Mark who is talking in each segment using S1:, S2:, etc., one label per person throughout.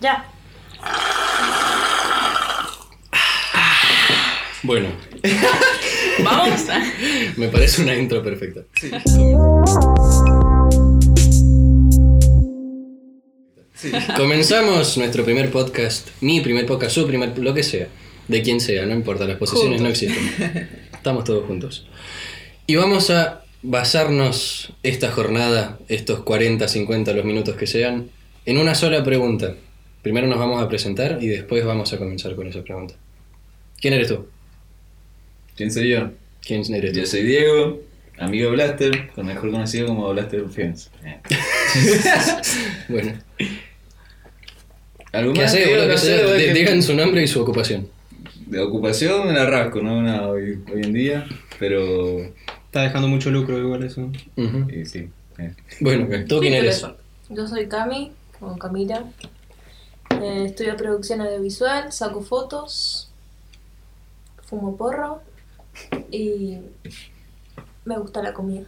S1: Ya.
S2: Bueno,
S3: Vamos.
S2: me parece una intro perfecta.
S4: Sí, sí.
S2: Comenzamos nuestro primer podcast, mi primer podcast, su primer, lo que sea, de quien sea, no importa, las posiciones no existen. Estamos todos juntos. Y vamos a basarnos esta jornada, estos 40, 50, los minutos que sean, en una sola pregunta. Primero nos vamos a presentar y después vamos a comenzar con esa pregunta. ¿Quién eres tú?
S4: ¿Quién soy yo?
S2: ¿Quién eres tú?
S4: Yo soy Diego, amigo de Blaster, con mejor conocido como Blaster Eh. Fiance.
S2: Bueno,
S4: ¿Algo
S2: ¿qué
S4: más?
S2: hace?
S4: Diego?
S2: Lo que
S4: No sé,
S2: sea,
S4: ¿verdad
S2: de-
S4: que-
S2: digan su nombre y su ocupación.
S4: De ocupación me la rasco, no una hoy, hoy en día, pero...
S5: Está dejando mucho lucro igual eso.
S2: Ujú.
S4: y sí. eh.
S2: Bueno, ¿tú quién eres?
S1: Yo soy Cami, o Camila. Eh, estudio producción audiovisual, saco fotos, fumo porro y me gusta la comida.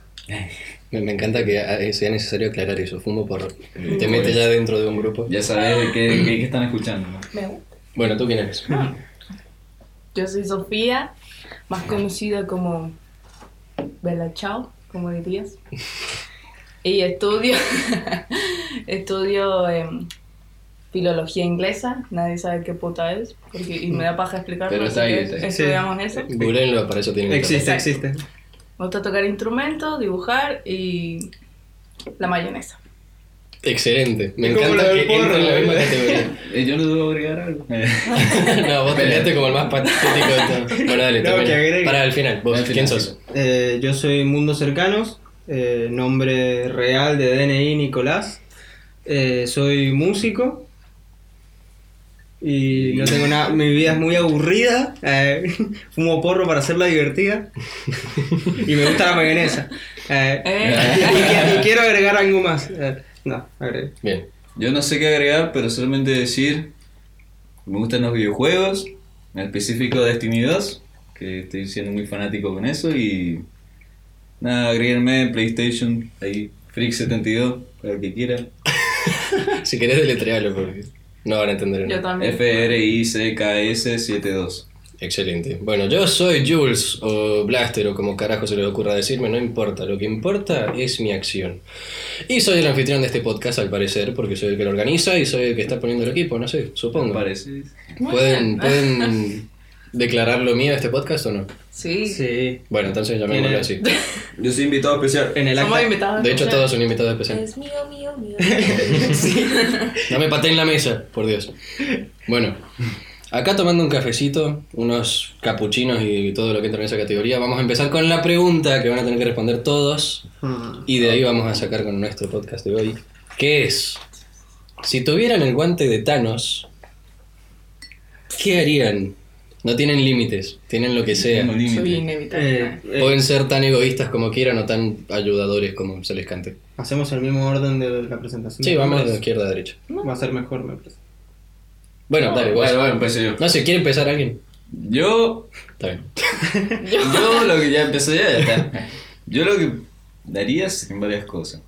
S2: Me, me encanta que ah, sea necesario aclarar eso. Fumo por. eh, Te
S4: bueno.
S2: metes ya dentro de un grupo.
S4: Ya sabés de qué, de qué están escuchando, ¿no?
S1: Me gusta.
S2: Bueno, ¿tú quién eres?
S3: Yo soy Sofía, más conocida como Bella Chao, como dirías. Y estudio, estudio em, filología inglesa, nadie sabe qué puta es, porque, y me da paja explicarlo.
S4: Pero está
S3: así
S4: ahí,
S3: que
S4: está ahí.
S3: Estudiamos eso.
S2: Googleenlo, para eso tienen
S5: Existe,
S3: Exacto.
S5: existe.
S3: Me gusta tocar instrumentos, dibujar y la mayonesa.
S2: Excelente. Me
S5: Es como
S2: encanta
S5: la
S2: que
S5: del porro,
S2: entre en la misma
S5: ¿eh?
S2: categoría.
S4: Eh, yo no debo agregar algo. Eh,
S2: no, vos peleaste como el más patético de todos. Bueno, dale,
S5: No, que
S2: termina.
S5: agregue.
S2: Para el final. ¿Vos
S4: Al final,
S2: quién
S4: sí.
S2: sos?
S5: Eh, yo soy Mundo Cercanos, eh, nombre real de DNI Nicolás. Eh, soy músico. Y no tengo nada, mi vida es muy aburrida. eh, fumo porro para hacerla divertida. y me gusta la mayonesa. eh,
S3: Eh.
S5: y, y- y quiero agregar algo más. eh, no, agregué.
S2: Bien.
S4: Yo no sé qué agregar, pero solamente decir que me gustan los videojuegos, en específico Destiny 2, que estoy siendo muy fanático con eso y nada, agréguenme en PlayStation, ahí Freak72, para el que quiera.
S2: Si querés deletrealo porque no van a entender
S3: Yo
S2: nada.
S3: también.
S4: F R I C K S 72.
S2: Excelente. Bueno, yo soy Jules o Blaster o como carajo se les ocurra decirme, no importa. Lo que importa es mi acción. Y soy el anfitrión de este podcast al parecer, porque soy el que lo organiza y soy el que está poniendo el equipo, no sé,
S4: ¿Me
S2: supongo.
S4: parece?
S3: Muy bien.
S2: ¿Pueden, ¿Pueden declararlo mío este podcast o no?
S3: Sí,
S5: Sí.
S2: Bueno, entonces llamémoslo así.
S4: Yo soy invitado especial.
S5: En el
S3: somos
S5: acta-
S3: invitados.
S2: De hecho,
S3: especiales.
S2: todos son invitados especiales.
S1: Es mío, mío, mío.
S2: No me pateen la mesa, por Dios. Bueno, acá tomando un cafecito, unos capuchinos y todo lo que entra en esa categoría, vamos a empezar con la pregunta que van a tener que responder todos
S5: Hmm.
S2: y de ahí vamos a sacar con nuestro podcast de hoy, que es, si tuvieran el guante de Thanos, ¿qué harían? No tienen límites, tienen lo que sea.
S4: Tengo límite.
S3: Soy inevitable.
S5: Eh, eh,
S2: Pueden ser tan egoístas como quieran o tan ayudadores como se les cante.
S5: Hacemos el mismo orden de la presentación.
S2: Sí,
S5: de
S2: vamos de
S5: nombres.
S2: izquierda a derecha.
S5: Va a ser mejor, me parece.
S2: Bueno, dale, vos.
S4: Bueno, bueno, empecé yo.
S2: No sé, ¿quiere empezar alguien?
S4: pues. Yo
S2: Está bien.
S4: Yo lo que ya empezó ya, ya está. Yo lo que daría serían varias cosas.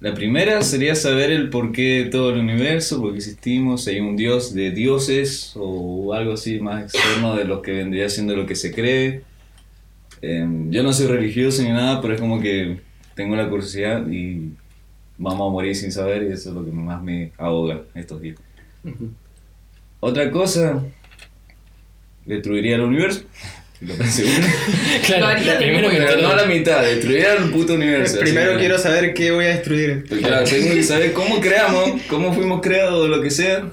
S4: La primera sería saber el porqué de todo el universo, porque existimos, si hay un dios de dioses o algo así más externo de lo que vendría siendo lo que se cree. Em, yo no soy religioso ni nada, pero es como que tengo la curiosidad y vamos a morir sin saber y eso es lo que más me ahoga estos días. Otra cosa, destruiría el universo. Lo pensé uno.
S2: Claro,
S3: Lo haría
S2: primero
S3: de-
S2: que
S4: Pero no a la mitad, destruyera el puto universo.
S5: Eh, Primero
S4: así que-
S5: quiero saber qué voy a destruir.
S4: Claro, tengo que saber cómo creamos, cómo fuimos creados, lo que sea.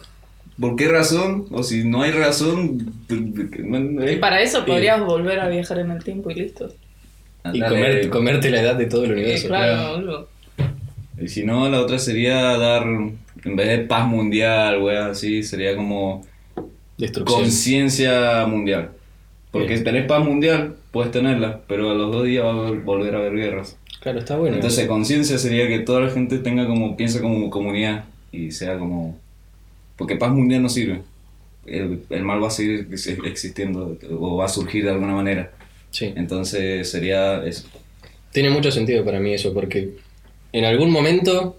S4: ¿Por qué razón? O si no hay razón. pues, no- no hay-
S3: Y para eso podrías volver a viajar en el tiempo y listo.
S2: Y
S4: Dale.
S2: comer- comerte la edad de todo el
S3: Eh,
S2: universo.
S3: claro, boludo.
S4: Y si no, la otra sería dar. En vez de paz mundial, weá, así, sería como
S2: Destrucción.
S4: conciencia mundial. Porque
S2: Bien.
S4: si tenés paz mundial, puedes tenerla, pero a los dos días va a vol- volver a haber guerras.
S2: Claro, está bueno.
S4: Entonces, conciencia sería que toda la gente tenga como, piensa como comunidad y sea como. Porque paz mundial no sirve. El, el mal va a seguir ex- existiendo o va a surgir de alguna manera.
S2: sí.
S4: Entonces, sería eso.
S2: Tiene mucho sentido para mí eso, porque en algún momento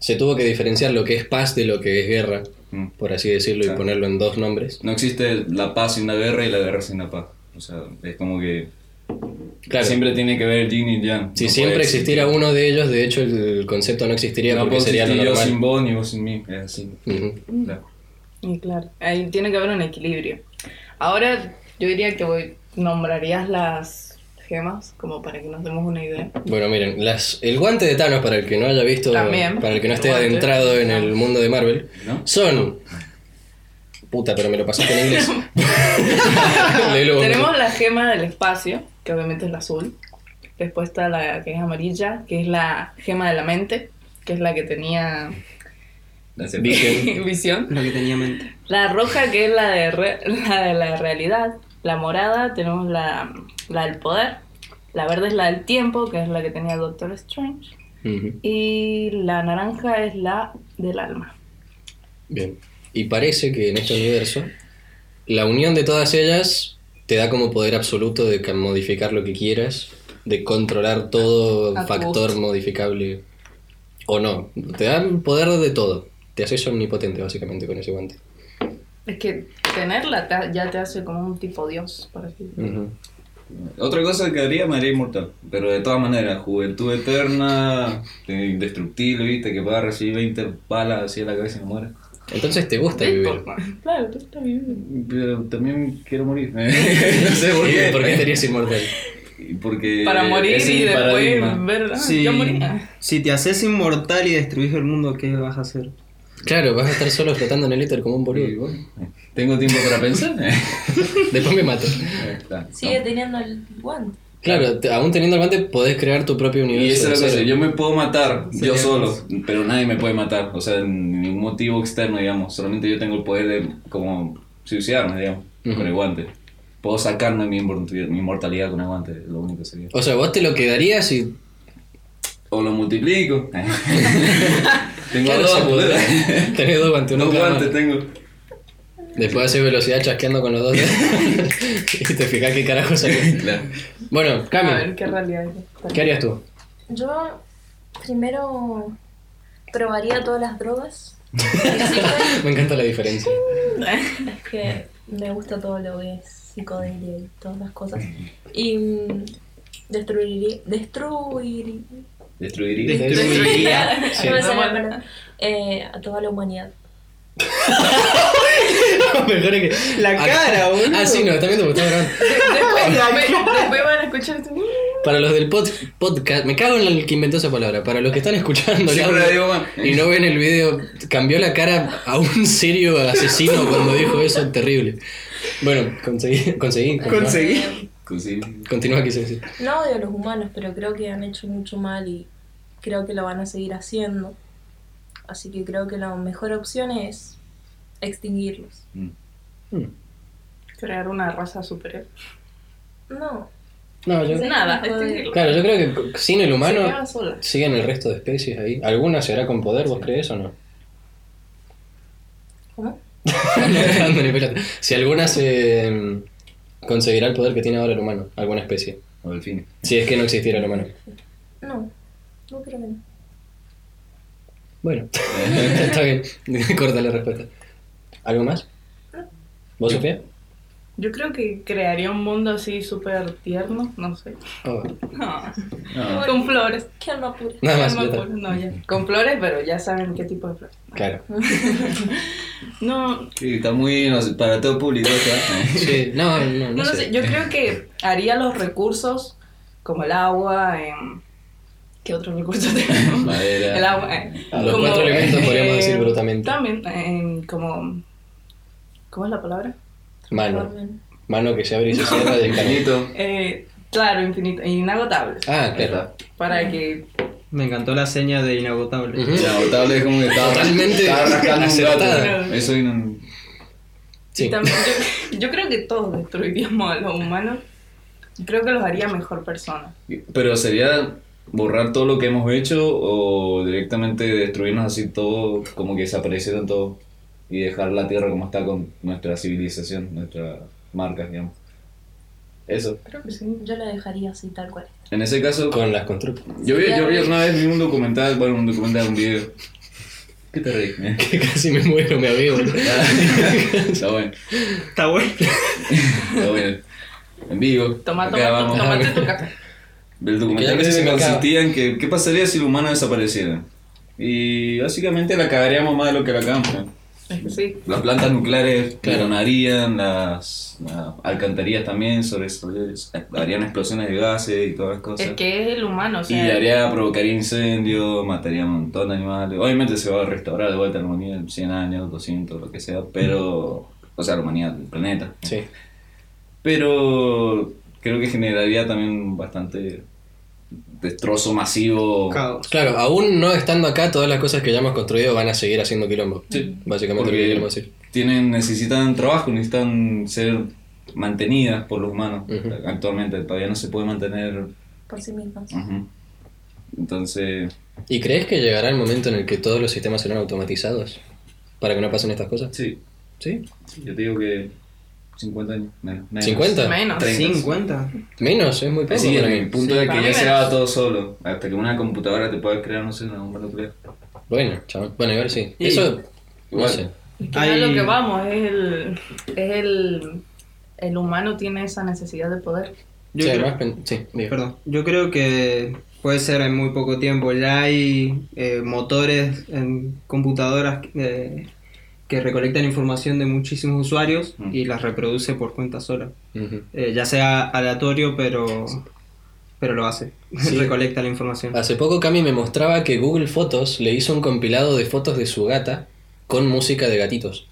S2: se tuvo que diferenciar lo que es paz de lo que es guerra,
S4: Mm.
S2: por así decirlo, y
S4: Claro.
S2: ponerlo en dos nombres.
S4: No existe la paz sin la guerra y la guerra sin la paz. O sea, es como que
S2: Claro,
S4: siempre tiene que ver el yin y el yang.
S2: si
S4: No
S2: siempre
S4: puede
S2: existiera
S4: existir-
S2: uno de ellos, de hecho el concepto no existiría
S4: No
S2: porque
S4: puedo
S2: sería lo
S4: existir yo
S2: normal.
S4: sin vos ni vos sin mí. Es así.
S2: Ujú.
S4: Claro.
S3: Y claro, ahí tiene que haber un equilibrio. Ahora yo diría que voy- nombrarías las gemas como para que nos demos una idea.
S2: Bueno, miren, las, el guante de Thanos, para el que no haya visto,
S3: También.
S2: para el que no esté
S3: El guante.
S2: adentrado en el mundo de Marvel,
S4: ¿No?
S2: son... Puta, pero me lo pasaste en inglés. Léelo vos.
S3: Tenemos la gema del espacio, que obviamente es la azul. Después está la que es amarilla, que es la gema de la mente, que es la que tenía
S4: Gracias.
S2: Dije,
S3: visión.
S5: Lo que tenía en mente.
S3: La roja, que es la de, re- la de la realidad. La morada, tenemos la, la del poder. La verde es la del tiempo, que es la que tenía Doctor Strange.
S2: Ujú,
S3: Y la naranja es la del alma.
S2: Bien. Y parece que en este universo, la unión de todas ellas te da como poder absoluto de ca- modificar lo que quieras, de controlar todo
S3: A tu
S2: factor
S3: gusto.
S2: modificable o no. Te da el poder de todo. Te haces omnipotente básicamente con ese guante.
S3: Es que tenerla te ha- ya te hace como un tipo dios, por así decirlo.
S4: Otra cosa que haría me haría inmortal. Pero de todas maneras, juventud eterna, eh, indestructible, viste, que pueda recibir 20 balas así en la cabeza y me muera.
S2: Entonces te gusta vivir.
S3: pues. Claro, está bien.
S4: Pero también quiero morir. no sé por qué.
S2: ¿Por qué serías inmortal?
S4: Porque
S3: Para morir
S4: Eh, ese es
S3: y
S4: mi
S3: después
S4: paradigma.
S3: ver, ah,
S5: Si,
S3: yo moría.
S5: si te haces inmortal y destruís el mundo, ¿qué vas a hacer?
S2: Claro, vas a estar solo flotando en el éter como un
S4: Y
S2: boludo.
S4: bueno, Tengo tiempo para pensar.
S2: Después me mato.
S4: Está,
S1: Sigue
S4: no.
S1: teniendo el guante.
S2: Claro, te- aún teniendo el guante podés crear tu propio universo.
S4: Y esa es
S2: de
S4: la cosa,
S2: cero.
S4: yo me puedo matar, yo
S5: Sería
S4: solo, pero nadie me puede matar, o sea, ningún motivo externo, digamos, solamente yo tengo el poder de como suicidarme, digamos,
S2: Ujú.
S4: con el guante. Puedo sacarme mi, inmortalidad- mi inmortalidad con el guante, lo único que sería.
S2: O sea, vos te lo quedarías y
S4: O lo multiplico. tengo
S2: Claro,
S4: dos,
S2: se
S4: boludo.
S2: puede. Tenés pues, ¿eh? dos guantes, uno
S4: Dos
S2: en cada
S4: guantes
S2: mano.
S4: tengo.
S2: Después haces velocidad chasqueando con los dos dedos. y te fijas qué carajo sacó.
S4: Claro.
S2: Bueno,
S3: A
S2: Cami,
S3: ver qué realidad es.
S2: ¿qué harías tú?
S1: Yo primero probaría todas las drogas. que existen.
S2: Me encanta la diferencia.
S1: es que me gusta todo lo que es psicodelia y todas las cosas. Y mm, destruiría... Destruiría...
S4: Destruiría.
S2: Destruiría.
S1: no me sale la palabra. Eh, a toda la humanidad.
S2: Mejor es que.
S5: La cara, boludo.
S2: Ah, sí, no, también te gustaba grabando.
S3: Después, después van a escuchar tu...
S2: Para los del pod- podcast, me cago en el que inventó esa palabra. Para los que están escuchando el
S4: Siempre
S2: audio
S4: la digo mal.
S2: y no ven el video, cambió la cara a un serio asesino cuando dijo eso, terrible. Bueno, conseguí, conseguí. continúa.
S5: Conseguí. Seguí.
S1: Eh,
S4: Sí.
S2: Continúa que se
S1: no odio a los humanos, pero creo que han hecho mucho mal y creo que lo van a seguir haciendo. Así que creo que la mejor opción es extinguirlos.
S4: Mm.
S2: Hmm.
S3: Crear una raza superior.
S1: No.
S2: No, yo.
S3: Pues Nada, este
S1: Joder.
S3: extinguirlo.
S2: Claro, yo creo que c- sin el
S3: Se
S2: humano
S3: quedaba sola.
S2: siguen el resto de especies ahí. ¿Alguna será con poder, vos crees o no?
S1: ¿Cómo?
S2: Dándole pelota. si alguna se mm, conseguirá el poder que tiene ahora el humano, alguna especie.
S4: O delfines.
S2: Si es que no existiera el humano.
S1: No. No creo que no.
S2: Bueno, está bien. Corta la respuesta. ¿Algo más? ¿Vos, Sofía?
S3: Yo creo que crearía un mundo así súper tierno, no sé.
S2: Oh,
S3: No,
S4: No.
S3: Con flores.
S1: Que alma pura.
S2: nada más.
S3: No,
S2: ya está.
S3: no, ya. Con flores, pero ya saben qué tipo de flores.
S2: Claro.
S3: No,
S4: Sí, está muy no sé, para todo público. ¿eh?
S2: Sí, no, no,
S3: no,
S2: no
S3: sé.
S2: sé.
S3: Yo creo que haría los recursos como el agua, em, ¿qué otro recurso tenemos?
S4: Madera.
S3: El agua. eh,
S2: Ah, Los cuatro elementos, podríamos decir brutamente.
S3: También, em, como. ¿Cómo es la palabra?
S2: Mano.
S1: Carmen.
S2: Mano que se abre y se cierra del canito.
S4: Canito.
S3: Eh, claro, infinito, inagotables.
S2: Ah, claro.
S3: Para que.
S5: Me encantó la seña de inagotable.
S2: Ujú.
S4: Ya, Otable es como que estaba
S2: Totalmente
S4: ¿Eh? estaba rascando un
S2: acertada.
S4: gato. Eso y no-
S2: Sí.
S3: También, yo, yo creo que todos destruiríamos a los humanos. Creo que los haría mejor personas.
S4: Pero sería borrar todo lo que hemos hecho o directamente destruirnos así todo, como que desaparecieron todo y dejar la tierra como está con nuestra civilización, nuestras marcas, digamos. Eso.
S3: Creo que sí.
S1: mm, Yo la dejaría así tal cual.
S4: En ese caso,
S2: Con las constructas.
S4: yo vi, yo vi una vez vi un documental, bueno, un documental, un video ¿Qué te ríes? man?
S2: Que casi me muero, mi amigo.
S4: Está bueno,
S5: Está bueno.
S4: está bueno. En vivo.
S3: Toma,
S4: acá
S3: toma,
S4: vamos.
S3: tomate tu café.
S4: El
S2: Que
S4: documental
S2: ya
S4: ese
S2: se me acaba.
S4: consistía en que qué pasaría si el humano desapareciera. Y básicamente la cagaríamos más de lo que la cagamos.
S3: Es que sí.
S4: Las plantas nucleares
S2: Claro.
S4: clonarían, las, las alcantarillas también sobre, sobre- harían explosiones de gases y todas las cosas.
S3: Es que es el humano, o
S4: Y
S3: sea.
S4: haría, provocaría incendios, mataría un montón de animales. Obviamente se va a restaurar de vuelta la humanidad en 100 años, 200, lo que sea, pero... O sea, la humanidad, el planeta.
S2: Sí.
S4: Pero creo que generaría también bastante destrozo masivo.
S5: Caos.
S2: Claro, aún no estando acá, todas las cosas que ya hemos construido van a seguir haciendo quilombo. Sí. Básicamente lo que
S4: Porque
S2: queremos decir.
S4: tienen, necesitan trabajo, necesitan ser mantenidas por los humanos.
S2: Ujú.
S4: Actualmente todavía no se puede mantener.
S1: por sí mismas.
S4: ujú. Entonces,
S2: ¿Y crees que llegará el momento en el que todos los sistemas serán automatizados? Para que no pasen estas cosas.
S4: sí,
S2: ¿Sí?
S4: yo te digo que 50 años. menos, menos.
S2: 50.
S3: Menos.
S5: 50.
S2: Menos, es muy poco
S4: Sí,
S2: para
S4: el
S2: mí.
S4: punto
S3: Sí,
S4: de
S3: para
S4: que
S3: mí
S4: ya se
S3: menos.
S4: va todo solo. Hasta que una computadora te pueda crear, no sé, una bomba nuclear.
S2: Bueno, chaval. Bueno, igual sí.
S5: Y-
S2: Eso, no
S4: Igual.
S2: sé.
S3: Es que
S5: Hay-
S3: a lo que vamos, es el. Es el. El humano tiene esa necesidad de poder.
S5: Yo
S2: Sí,
S5: creo-
S2: además pen- sí, diga.
S5: Perdón. Yo creo que puede ser en muy poco tiempo. Ya hay eh, motores en computadoras eh, que recolectan información de muchísimos usuarios
S4: Mm.
S5: y las reproduce por cuenta sola.
S2: Ujú.
S5: Eh, ya sea aleatorio, pero, pero lo hace.
S2: Sí. Ah.
S5: Recolecta la información.
S2: Hace poco Cami me mostraba que Google Fotos le hizo un compilado de fotos de su gata con música de gatitos.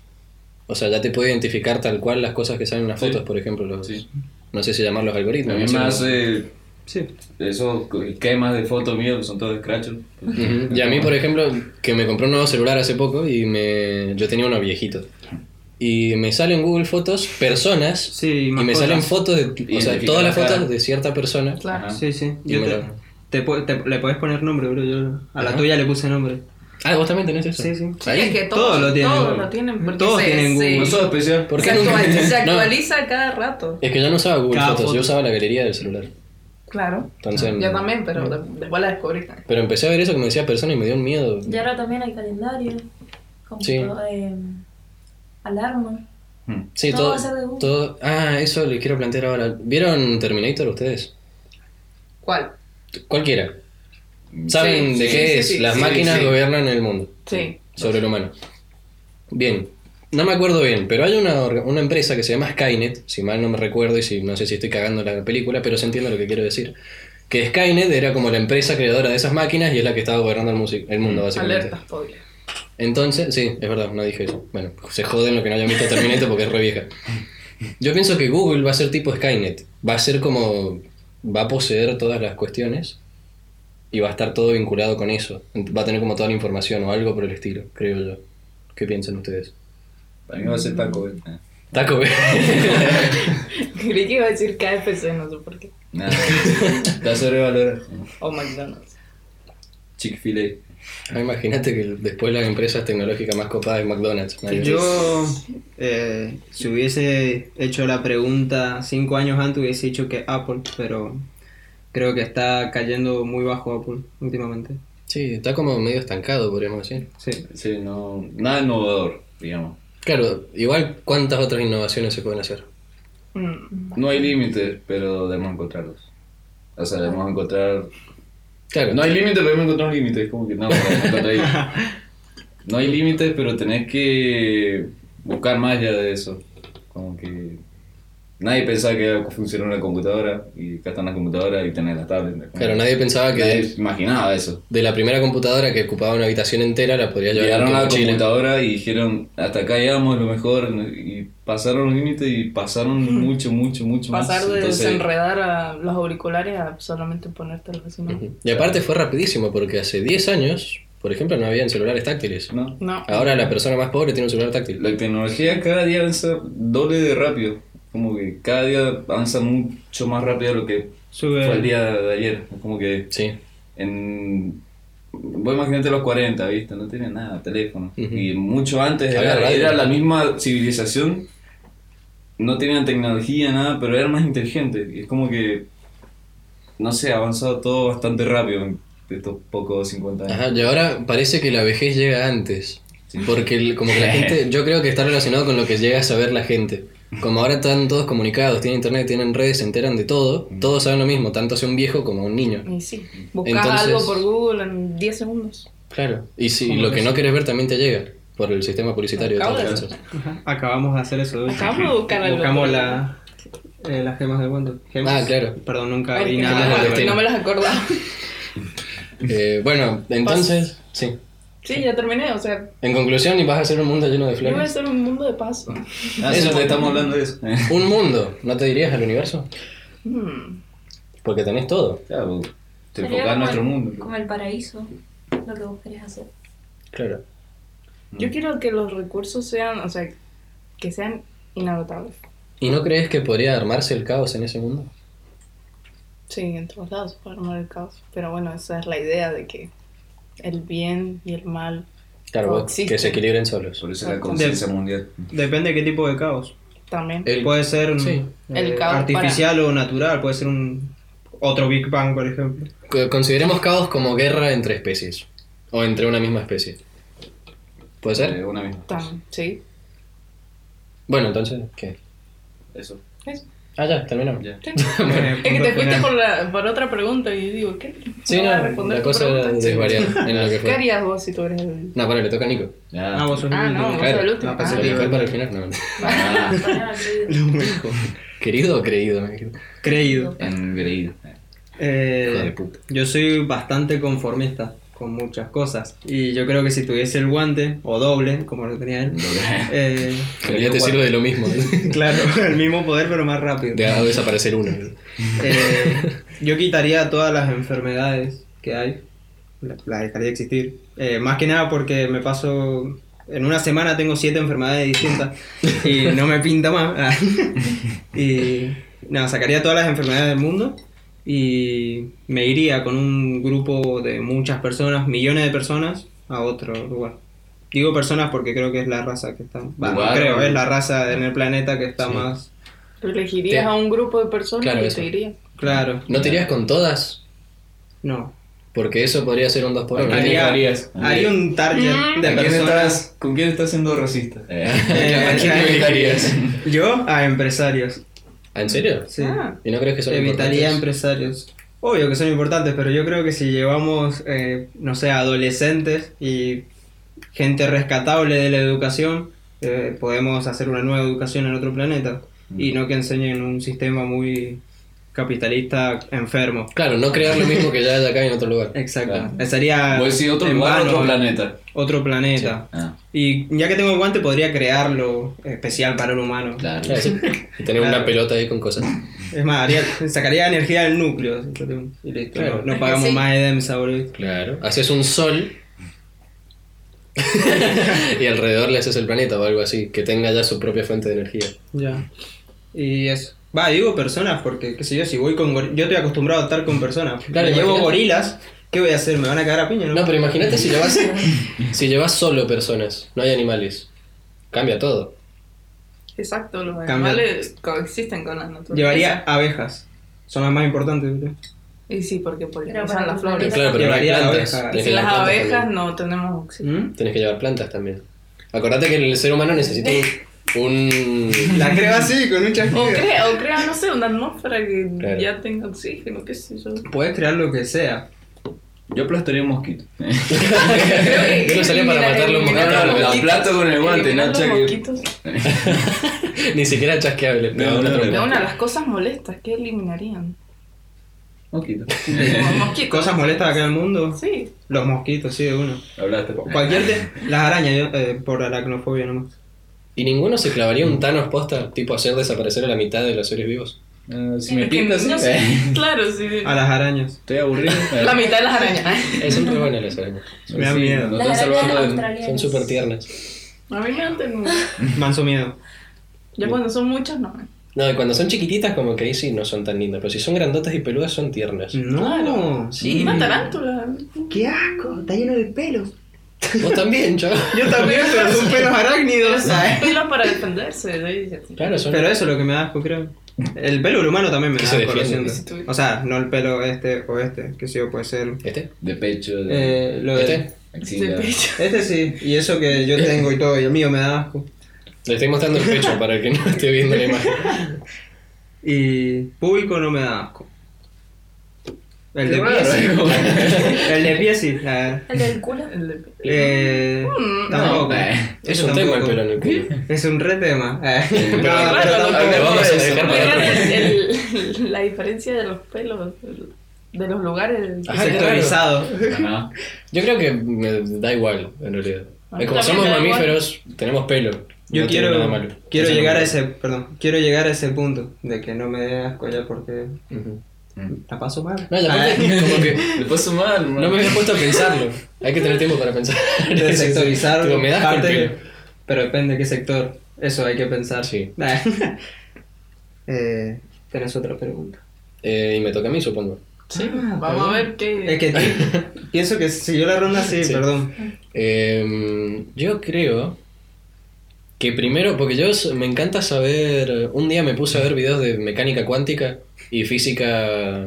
S2: O sea, ya te puede identificar tal cual las cosas que salen en las
S4: Sí.
S2: fotos, por ejemplo, los,
S4: Sí.
S2: no sé si llamarlos algoritmos.
S4: A mí
S2: no sé
S4: me
S2: cómo-
S4: hace
S5: Sí.
S4: esos esquemas de pues, fotos míos que son todos escrachos.
S2: Ujú. Y a mí, por ejemplo, que me compré un nuevo celular hace poco y me yo tenía uno viejito. Y me salen en Google Fotos personas
S5: Sí,
S2: y me
S5: mascotas.
S2: salen fotos de, o sea,
S4: Identifica
S2: todas las
S4: la cara.
S2: fotos de cierta persona.
S3: Claro.
S4: Ajá.
S5: Sí, sí.
S2: Y
S5: Yo
S2: me
S5: te-
S2: lo-
S5: te pu- te- le podés poner nombre, bro. Yo a la
S2: Ajá.
S5: tuya le puse nombre.
S2: Ah, vos también tenés eso.
S5: Sí, sí.
S3: Sí, es que todos,
S5: Todos lo tienen,
S3: Todos
S5: bueno.
S3: lo tienen. porque
S5: Todos
S3: se-
S5: tienen
S3: se-
S4: No
S5: Google.
S4: soy especial.
S2: ¿Por
S3: Se,
S2: qué nunca-
S3: actualiza, se
S2: No,
S3: actualiza cada rato.
S2: es que yo no usaba Google
S5: Cada
S2: Fotos,
S5: foto.
S2: yo usaba la galería del celular.
S3: Claro.
S2: Entonces,
S3: Yo también, pero de- después la descubrí.
S2: Pero empecé a ver eso que me decía persona y me dio un miedo.
S1: Y ahora también hay calendario, computa-
S2: Sí.
S1: eh, alarma.
S4: Mm.
S2: Sí,
S1: Todo
S2: todo,
S1: va a ser de Google.
S2: todo- Ah, eso le quiero plantear ahora. ¿Vieron Terminator ustedes?
S3: ¿Cuál?
S2: Cualquiera. ¿Saben
S3: Sí,
S2: de
S3: sí,
S2: qué
S3: sí,
S2: es?
S3: sí,
S2: Las
S4: sí,
S2: máquinas
S4: sí.
S2: gobiernan el mundo.
S3: Sí.
S2: Sobre el humano. Bien. No me acuerdo bien, pero hay una, orga- una empresa que se llama Skynet, si mal no me recuerdo y si no sé si estoy cagando la película, pero se entiende lo que quiero decir. Que Skynet era como la empresa creadora de esas máquinas y es la que estaba gobernando el, musi- el mundo, básicamente.
S3: Mm. Alerta, spoiler.
S2: Entonces, sí, es verdad, no dije eso. Bueno, se joden lo que no hayan visto Terminator porque es re vieja. Yo pienso que Google va a ser tipo Skynet. Va a ser como. Va a poseer todas las cuestiones y va a estar todo vinculado con eso. Va a tener como toda la información o algo por el estilo, creo yo. ¿Qué piensan ustedes?
S4: Para mí va a ser Taco Bell. Eh,
S2: Taco Bell.
S3: Creí que iba a decir KFC, no sé por qué.
S4: Nada. Está sobrevalorado.
S3: O McDonald's.
S4: Chick-fil-A.
S2: Ah, Imagínate que después las empresas tecnológicas más copadas es McDonald's. Nadie-
S5: Yo, eh, si hubiese hecho la pregunta cinco años antes, hubiese dicho que Apple, pero creo que está cayendo muy bajo Apple últimamente.
S2: Sí, está como medio estancado, podríamos decir.
S5: Sí.
S4: Sí, no. Nada innovador, digamos.
S2: Claro, igual cuántas otras innovaciones se pueden hacer.
S3: Mm.
S4: No hay límites, pero debemos encontrarlos. O sea, debemos encontrar.
S2: Claro,
S4: No hay límites, pero debemos encontrar un límite. Es como que no, pero debemos encontrar ahí. No hay límites, pero tenés que buscar más allá de eso. Como que. Nadie pensaba que iba a funcionar una computadora y acá están las computadoras y tenés las tablets.
S2: claro, nadie pensaba que.
S4: Nadie imaginaba eso.
S2: de la primera computadora que ocupaba una habitación entera la podría llevar
S4: Llegaron
S2: en
S4: a
S2: tu
S4: la
S2: mochila.
S4: computadora y dijeron, hasta acá llegamos, lo mejor, y pasaron los límites y pasaron mucho, mucho, mucho más.
S3: Pasar de
S4: Entonces,
S3: desenredar a los auriculares a solamente ponerte los encima.
S2: Ujú. Y aparte fue rapidísimo porque hace 10 años, por ejemplo, no habían celulares táctiles.
S4: ¿no?
S3: No.
S2: Ahora la persona más pobre tiene un celular táctil.
S4: La tecnología cada día avanza doble de rápido, como que cada día avanza mucho más rápido de lo que
S5: Sube.
S4: fue el día de ayer, como que
S2: Sí.
S4: en... Vos imaginate los 40, ¿viste? No tenía nada, teléfono.
S2: Ujú.
S4: Y mucho antes
S2: Había
S4: era,
S2: radio.
S4: era la misma civilización. No tenían tecnología, nada, pero eran más inteligentes. Y es como que, no sé, ha avanzado todo bastante rápido. de estos pocos 50 años.
S2: Ajá, y ahora parece que la vejez llega antes.
S4: Sí.
S2: Porque el- como que la gente, yo creo que está relacionado con lo que llega a saber la gente. Como ahora están todos comunicados, tienen internet, tienen redes, se enteran de todo,
S4: Mm.
S2: todos saben lo mismo, tanto hace un viejo como un niño.
S3: Y sí, buscas
S2: Entonces-
S3: algo por Google en 10 segundos.
S2: Claro. Y si lo que no quieres ver también te llega por el sistema publicitario de
S3: Acabo
S2: todas las
S3: de-
S2: cosas.
S5: Ajá, Acabamos de hacer eso. hoy.
S3: Acabamos de buscar algo.
S5: Buscamos la, eh, las gemas del guante. Gemas.
S2: Ah, claro.
S5: Perdón, nunca
S3: Ay,
S5: vi
S3: no,
S5: nada.
S2: del
S3: no,
S2: destino.
S3: no me las acordaba.
S2: Eh, bueno, entonces, sí.
S3: Sí, ya terminé, o sea,
S2: En conclusión, y vas a hacer un mundo lleno de
S3: yo voy a
S2: flores.
S3: hacer un mundo de paz.
S4: Ah, sí,
S2: Eso.
S4: te estamos hablando de eso.
S2: Un mundo, ¿no te dirías al universo?
S3: Hmm.
S2: Porque tenés todo.
S4: claro, te enfocás
S1: Sería
S4: en
S1: como
S4: nuestro
S1: el-
S4: mundo.
S1: Como el paraíso, lo que vos querés hacer.
S2: Claro.
S3: Yo quiero que los recursos sean, o sea, que sean inagotables.
S2: ¿Y no crees que podría armarse el caos en ese mundo?
S3: Sí, en todos lados para armar el caos. Pero bueno, esa es la idea de que el bien y el mal.
S2: Claro,
S3: No
S2: vos-
S3: existe.
S2: que se equilibren solos.
S4: Por eso la conciencia mundial.
S5: Depende de qué tipo de caos.
S3: también.
S2: El-
S5: Puede ser
S2: Sí.
S5: eh,
S3: El caos
S5: artificial o natural. Puede ser un otro Big Bang, por ejemplo.
S2: Co- Consideremos caos como guerra entre especies. O entre una misma especie. ¿Puede
S4: Eh,
S2: ser?
S4: una misma.
S3: Tam- sí.
S2: Bueno, entonces, ¿qué?
S4: Eso.
S3: Eso.
S2: Ah, ya, terminamos.
S4: Ya.
S3: Sí.
S5: Eh,
S3: Es que
S5: punto
S3: te fuiste
S5: final.
S3: por, la, por otra pregunta y digo, ¿qué?
S2: Sí,
S3: voy a
S2: no,
S3: responder
S2: la
S3: tu
S2: cosa era
S3: pregunta.
S2: desvariar en lo que
S3: ¿Qué
S2: fue.
S3: harías vos si tú eres el.?
S2: No, para, le toca a Nico.
S4: Ya.
S5: Ah, vos sos
S3: Ah,
S5: el
S3: no,
S5: último.
S3: vos sos el
S2: Claro.
S3: último.
S5: Ah,
S3: Ah,
S5: pensé
S2: Lo
S5: que-
S2: dejé para el final, no.
S4: Ah,
S1: Para
S2: ¿Querido o creído? me dijo.
S5: Creído.
S4: engreído.
S5: Eh,
S2: Hijo de puta.
S5: Yo soy bastante conformista con muchas cosas. Y yo creo que si tuviese el guante, o doble, como lo tenía él, eh,
S2: Ya te sirve de lo mismo. ¿no?
S5: claro, el mismo poder, pero más rápido.
S2: Te hago desaparecer uno.
S5: Eh, yo quitaría todas las enfermedades que hay, la- las dejaría de existir. Eh, más que nada porque me paso, en una semana tengo siete enfermedades distintas y no me pinta más. y nada, sacaría todas las enfermedades del mundo y me iría con un grupo de muchas personas, millones de personas, a otro lugar. Digo personas porque creo que es la raza que está... Bah, no
S4: Lugar,
S5: creo,
S4: ¿no?
S5: es la raza en el planeta que está
S2: Sí.
S5: más...
S3: Elegirías
S2: Te-
S3: a un grupo de personas
S2: Claro,
S3: y
S2: eso.
S3: te irías.
S5: Claro,
S2: ¿No te irías con todas?
S5: no.
S2: Porque eso podría ser un 2 por 1
S5: Haría-
S4: harías?
S5: Hay un target de
S4: ¿A quién
S5: personas.
S4: estás, ¿Con quién estás siendo racista?
S5: Eh,
S2: evitarías?
S5: Yo a empresarios.
S2: ¿En serio?
S5: Sí.
S3: Ah,
S2: ¿Y no crees que son
S5: Evitaría
S2: importantes?
S5: empresarios. Obvio que son importantes, pero yo creo que si llevamos, eh, no sé, adolescentes y gente rescatable de la educación, eh, podemos hacer una nueva educación en otro planeta y no que enseñen un sistema muy capitalista enfermo.
S2: Claro, no crear lo mismo que ya hay acá en otro lugar.
S5: Exacto.
S4: Claro.
S5: Sería
S4: Voy a decir pues otro
S5: en
S4: lugar,
S5: vano,
S4: otro planeta.
S5: otro planeta.
S4: Ah,
S5: Y ya que tengo el guante, podría crearlo especial para el humano.
S4: claro.
S2: Claro, sí. Y tener una
S5: Claro.
S2: pelota ahí con cosas.
S5: Es más, haría- sacaría energía del núcleo. Y listo.
S2: Claro.
S5: No, no pagamos
S3: Sí.
S5: más EDEMSA, boludo.
S2: Claro. Haces un sol. y alrededor le haces el planeta o algo así, que tenga ya su propia fuente de energía.
S5: Ya. Y eso. Va, digo personas porque, qué sé yo, si voy con gor- Yo estoy acostumbrado a estar con personas.
S2: Claro,
S5: Claro, llevo
S2: imagínate.
S5: gorilas, ¿qué voy a hacer? ¿Me van a cagar a piña? No,
S2: No, pero imagínate si llevas, si llevas solo personas, no hay animales. Cambia todo.
S3: exacto, los
S5: Cambia.
S3: animales coexisten con las naturaleza.
S5: Llevaría abejas. Son las más importantes, boludo.
S3: Y sí, porque polinizan
S1: para
S3: las
S2: Pero
S1: tu
S3: flores.
S1: planeta.
S2: claro, pero no hay
S5: Llevaría la
S2: plantas.
S5: abeja.
S2: Tenés que
S3: Si las
S2: llevar plantas
S3: abejas
S2: también.
S3: no tenemos oxígeno.
S5: ¿Mm?
S2: Tenés que llevar plantas también. Acordate que el ser humano necesita un- un
S5: La creo así, con un
S3: O
S5: chasquido.
S3: crea, o crea, no sé, una atmósfera que
S2: Claro.
S3: ya tenga oxígeno, qué sé yo.
S5: Puedes crear lo que sea.
S4: Yo aplastaría un mosquito.
S2: Yo lo salía
S3: Eliminar-
S2: para
S3: eliminar
S2: matar los mosquitos.
S3: los
S2: Lo
S3: mosquitos.
S4: aplasto con el guante,
S3: Eliminar
S4: no
S3: los
S4: cheque.
S3: mosquitos.
S2: Ni siquiera chasqueable, pero
S4: No,
S2: una
S4: no,
S2: trompa.
S3: Es una de las cosas molestas que eliminarían.
S4: Mosquito.
S3: Los mosquitos.
S5: Cosas molestas acá en el mundo.
S3: Sí.
S5: Los mosquitos, sí, de uno.
S4: Hablaste.
S5: Cualquier te- Las arañas, yo, eh, por aracnofobia nomás.
S2: ¿Y ninguno se clavaría un Thanos posta? Tipo hacer desaparecer a la mitad de los seres vivos.
S4: Ah, si
S1: Es
S4: me
S1: que
S4: pintas,
S3: No sé.
S4: eh,
S3: Claro, sí.
S5: A las arañas.
S4: estoy aburrido.
S3: La mitad de las arañas.
S2: Eh, son re buenas las arañas.
S5: Me da miedo.
S4: No
S1: Las
S4: están
S1: arañas
S4: salvando de...
S1: australianas.
S2: Son súper tiernas.
S3: A mí me dan ternura.
S5: Manso miedo.
S3: Ya cuando son muchas, no.
S2: No, y cuando son chiquititas, como que ahí sí no son tan lindas. Pero si son grandotas y peludas, son tiernas.
S5: Mm. No.
S2: Sí.
S3: Una tarántula.
S5: Qué asco. Está lleno de pelos.
S2: Vos también, chaval.
S5: Yo también, pero son pelos arácnidos.
S3: Pelo para defenderse. ¿sí?
S2: Claro, son.
S5: Pero eso es lo que me da asco, creo. El pelo del humano también me
S2: Que
S5: da
S2: se
S5: desconociendo.
S2: defiende.
S5: O sea, no el pelo este o este, que sí, o puede ser.
S2: ¿Este?
S4: De pecho, de
S5: Eh, lo de-
S2: ¿Este?
S4: axila.
S3: De pecho.
S5: Este sí, y eso que yo tengo y todo, y el mío me da asco.
S2: Le estoy mostrando el pecho para el que no esté viendo la imagen.
S5: Y público no me da asco. El de
S4: Qué
S5: pie sí.
S4: raro.
S5: El de pie sí. la verdad.
S1: El del culo.
S3: El de pecho.
S5: Eh,
S3: Mm,
S5: tampoco.
S4: no, eh.
S2: Es
S5: Eso
S2: un tema el
S5: tampoco.
S2: pelo en el culo.
S5: Es un re tema. Eh,
S4: Pero
S5: no,
S4: claro,
S5: pero
S3: no,
S5: tampoco
S2: no, vamos a
S5: eso.
S2: dejar para-
S3: Mira el- el- la diferencia de los pelos, el- de los lugares.
S5: Ah,
S2: Ajá, qué raro.
S5: Sectorizado.
S4: Ajá.
S2: Yo creo que me da igual, en realidad.
S3: A mí
S2: Como
S3: Ah, también
S2: somos
S3: me da igual.
S2: mamíferos, tenemos pelo.
S5: Yo
S2: No tiene
S5: quiero,
S2: nada malo.
S5: quiero
S2: Eso no
S5: llegar a
S2: me-
S5: ese, perdón, quiero llegar a ese punto de que no me dé asco ya porque
S2: Ujú.
S4: Mm.
S5: la paso mal.
S2: No, y aparte,
S5: Ah,
S2: como que
S4: Le paso mal, man.
S2: no me había puesto a pensarlo. Hay que tener tiempo para pensar.
S5: de sectorizar
S2: Tipo, me da asco el
S5: parte-
S2: pelo.
S5: pero depende de qué sector. Eso hay que pensar.
S2: Sí.
S5: Ah, eh, tenés otra pregunta.
S2: Eh, y me toca a mí, supongo.
S3: Sí,
S5: Ah,
S3: vamos a ver
S5: perdón.
S3: qué.
S5: Es que ti- pienso que siguió la ronda sí,
S2: Sí.
S5: perdón.
S2: Eh, yo creo que primero, porque yo s- me encanta saber, un día me puse a ver videos de mecánica cuántica y física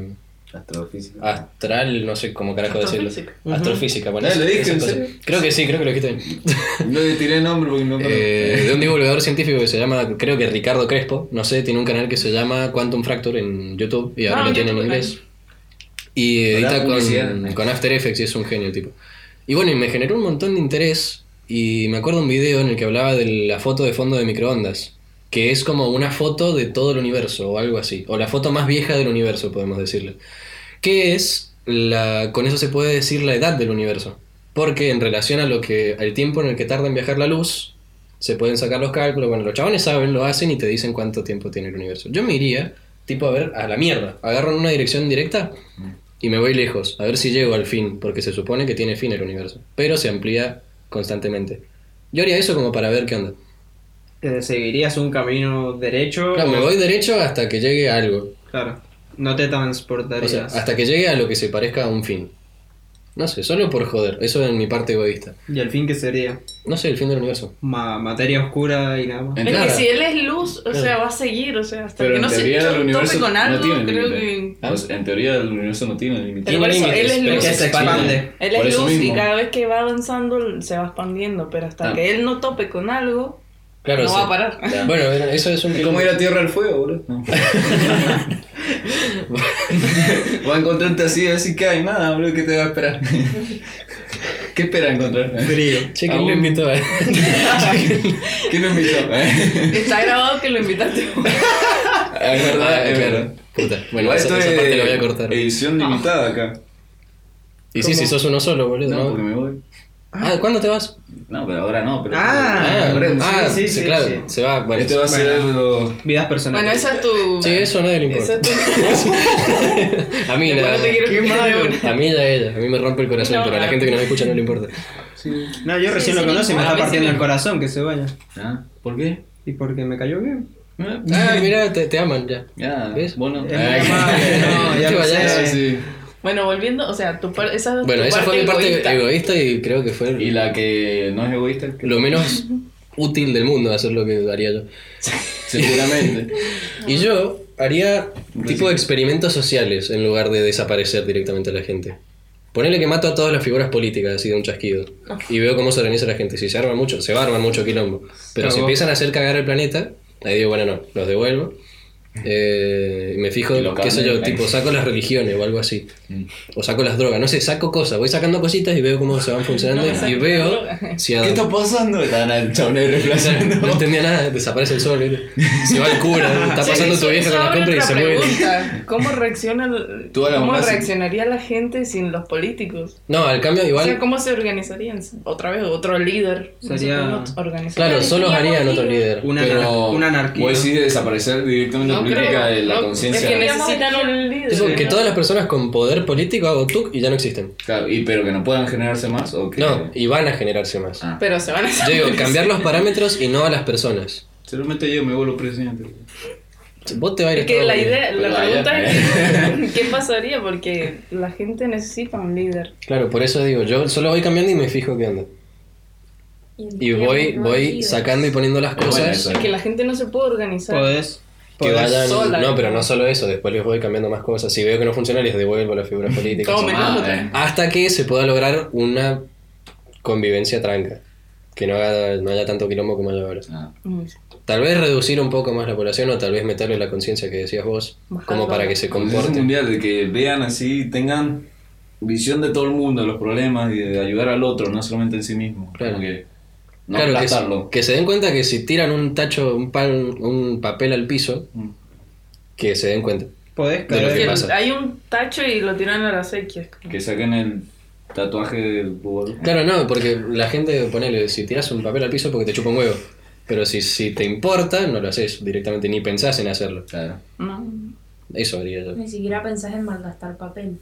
S4: Astrofísica.
S2: astral, no sé cómo carajo decirlo.
S3: Astrofísica.
S5: Ujú.
S2: Astrofísica, bueno,
S4: Ah, lo dije,
S2: esas
S4: ¿en
S2: cosas.
S4: serio?
S2: Creo que sí, creo que lo dijiste bien.
S4: No le tiré nombre porque no
S2: Eh, de un divulgador científico que se llama, creo que Ricardo Crespo, no sé, tiene un canal que se llama Quantum Fracture en YouTube y ahora
S3: Ah,
S2: lo
S3: en
S2: tiene en
S3: YouTube,
S2: inglés. Y
S4: Hola,
S2: edita con,
S4: publicidad.
S2: con After Effects y es un genio el tipo. Y bueno, y me generó un montón de interés y me acuerdo un video en el que hablaba de la foto de fondo de microondas, que es como una foto de todo el universo o algo así, o la foto más vieja del universo, podemos decirle. Que es, la, con eso se puede decir la edad del universo. Porque en relación a lo que, al tiempo en el que tarda en viajar la luz, se pueden sacar los cálculos. Bueno, los chabones saben, lo hacen y te dicen cuánto tiempo tiene el universo. Yo me iría, tipo, a ver, a la mierda. Agarro en una dirección directa y me voy lejos, a ver si llego al fin, porque se supone que tiene fin el universo. Pero se amplía constantemente. Yo haría eso como para ver qué onda.
S5: Eh, ¿Seguirías un camino derecho?
S2: Claro, me
S5: o-
S2: voy derecho hasta que llegue a algo.
S5: Claro. No te
S2: O
S5: transportarías.
S2: sea, hasta que llegue a lo que se parezca a un fin. No sé, solo por joder. Eso en mi parte egoísta.
S5: ¿Y al fin qué sería?
S2: No sé, el fin del universo.
S5: Ma- materia oscura y nada más.
S3: Es que
S2: Claro.
S3: si él es luz, o sea,
S2: Claro.
S3: va a seguir, o sea, hasta
S4: Pero
S3: que
S4: en
S3: no se
S4: teoría el
S3: cho- tope
S4: universo
S3: con
S4: no
S3: algo,
S4: tiene
S3: creo
S4: límite.
S3: que.
S4: O sea, En teoría el universo no ¿Ah? tiene
S3: Pero
S4: límite.
S2: Tiene
S3: por eso,
S2: límites,
S3: él es
S2: pero
S3: luz.
S5: Que se expande.
S3: Él
S4: Por
S3: es
S4: eso
S3: luz y
S4: mismo.
S3: cada vez que va avanzando se va expandiendo, pero hasta
S4: Ah.
S3: que él no tope con algo,
S2: Claro,
S3: no
S2: sí.
S3: va a parar.
S2: Bueno, eso es un
S4: ¿Y cómo
S2: quilombo.
S4: ir a Tierra al Fuego, boludo? No. Va a encontrarte así, a ver si cae nada, boludo, ¿qué te va a esperar? ¿Qué espera encontrar?
S5: Frío.
S2: Che, ¿quién lo invitó, eh?
S4: ¿Quién lo invitó? Es
S3: Está grabado que lo invitaste.
S4: verdad,
S2: Ah,
S4: Ah, es
S2: claro.
S4: verdad.
S2: Puta. Bueno,
S4: Igual eh,
S2: esa,
S4: esto
S2: esa parte
S4: es
S2: la voy a cortar.
S4: Edición limitada acá.
S2: y sí, si sos uno solo, boludo.
S4: No,
S2: ¿no?
S4: porque me voy.
S2: Ah, ¿cuándo te vas?
S4: No, pero ahora no. Pero
S5: Ah,
S4: ahora en-
S2: ah,
S5: sí,
S2: sí,
S5: sí,
S2: claro.
S5: sí.
S2: Se va. Bueno,
S4: Este va a ser lo-
S5: Vidas personales.
S3: Bueno, esa es tu.
S2: Sí, eso no es lo
S3: Esa es
S2: importante.
S3: tu.
S2: A mí,
S3: Después
S2: nada.
S3: no te quiero quitar de una.
S2: A mí ya ella, a mí me rompe el corazón,
S3: No,
S2: pero a la
S3: claro.
S2: gente que nos escucha no le importa.
S5: No, yo recién
S3: sí,
S5: lo conocí y
S3: bueno,
S5: me está
S3: a mí sí
S5: partiendo
S3: me-
S5: el corazón que se vaya.
S4: Ah, ¿Por qué?
S5: Y porque me cayó bien.
S2: Ah, mira, te, te aman ya.
S4: Ya,
S2: ¿Ves?
S4: Bueno.
S5: Es
S2: Ay,
S5: muy amable, no, ya
S2: te
S5: lo
S2: vayas.
S5: sé.
S4: Ah, sí.
S3: Bueno, volviendo, o sea, tu par- esa es
S2: Bueno,
S3: tu
S2: esa
S3: parte
S2: fue mi parte
S3: egoísta.
S2: egoísta. y creo que fue
S4: Y la que no es egoísta, que-
S2: lo menos útil del mundo hacer lo que haría yo.
S4: seguramente.
S2: Y yo haría tipo de experimentos sociales en lugar de desaparecer directamente a la gente. Ponele que mato a todas las figuras políticas así de un chasquido. Y veo cómo se organiza la gente. Si se arma mucho, se va a armar mucho quilombo. Pero si
S5: Cagó.
S2: empiezan a hacer cagar el planeta, ahí digo, bueno, no, los devuelvo. Eh, y me fijo,
S4: Y lo Mm.
S2: qué sé
S4: cambian,
S2: yo,
S4: ahí.
S2: tipo, saco las religiones o algo así. O saco las drogas, no sé, saco cosas. Voy sacando cositas y veo cómo se van funcionando.
S3: No me
S2: y
S3: saques las
S2: veo
S3: drogas.
S2: si a-
S4: ¿Qué está pasando? Están al chabón ahí
S2: no
S4: reemplazando.
S2: entendía nada, desaparece el sol, ¿viste? se va el cura, está
S3: Sí,
S2: pasando tu
S3: eso-
S2: vieja
S3: eso
S2: con la
S3: abre
S2: compra y
S3: otra
S2: se mueve.
S3: pregunta. ¿Cómo, reacciona el-
S4: Tú a la
S3: cómo
S4: mamá, sí.
S3: reaccionaría la gente sin los políticos?
S2: No, al cambio
S3: O
S2: igual.
S3: sea, ¿cómo se organizarían? Otra vez, otro líder. No sé
S5: Sería-
S3: cómo nos organizamos.
S2: Claro, solo harían otro líder.
S5: Una, anar- una anarquía.
S4: Voy a decir desaparecer directamente la
S3: No
S4: política
S3: creo,
S4: de la
S3: no,
S4: conciencia.
S3: Es que necesitan un líder.
S2: Tipo, que
S3: ¿no?
S2: todas las personas con poder político hago tuk y ya no existen.
S4: Claro, y pero que no puedan generarse más o que.
S2: No, y van a generarse más.
S4: Ah.
S3: Pero se van a
S2: Yo digo, cambiar los parámetros y no a las personas.
S4: Seguramente yo me vuelvo presidente.
S2: Vos te vas a ir
S3: Es
S2: a
S3: que
S2: Estados
S3: la
S2: Unidos.
S3: idea,
S4: Pero
S3: la
S4: vaya,
S3: pregunta
S4: eh.
S3: es qué pasaría porque la gente necesita un líder.
S2: Claro, por eso digo, yo solo voy cambiando y me fijo qué onda. Y voy, voy sacando y poniendo las
S4: Es buena
S2: cosas.
S4: esa.
S3: Es que la gente no se puede organizar.
S5: Podés
S2: Que
S5: Poder
S2: vayan.
S3: sola.
S2: No, pero no solo eso, después les voy cambiando más cosas. Si veo que no funciona, les devuelvo las figuras políticas.
S3: Tomen.
S4: Ah,
S3: otra.
S4: eh.
S2: Hasta que se pueda lograr una convivencia tranca. Que no, haga, no haya tanto quilombo como hay ahora.
S4: Ah.
S3: Mm,
S2: Tal vez reducir un poco más la población o tal vez meterle la conciencia que decías vos,
S3: Bajar
S2: como
S3: todo.
S2: para que se
S4: Conciencia
S2: comporten.
S4: mundial, de que vean así, tengan visión de todo el mundo, los problemas y de ayudar al otro, no solamente en sí mismo.
S2: Claro.
S4: Como que no
S2: claro, que, se-
S4: aplastarlo.
S2: que se den cuenta que si tiran un tacho, un, pan, un papel al piso,
S4: Mm.
S2: que se den cuenta.
S5: Podés
S2: De lo
S5: caer.
S2: que
S3: Que
S2: pasa.
S3: Hay un tacho y lo tiran a la sequía.
S4: Que saquen el tatuaje del fútbol.
S2: Claro, no, porque la gente, ponele, si tiras un papel al piso porque te chupa un huevo. Pero si, si te importa, no lo haces directamente, ni pensás en hacerlo.
S4: Claro.
S3: No.
S2: Eso haría yo.
S1: Ni siquiera pensás en malgastar papel,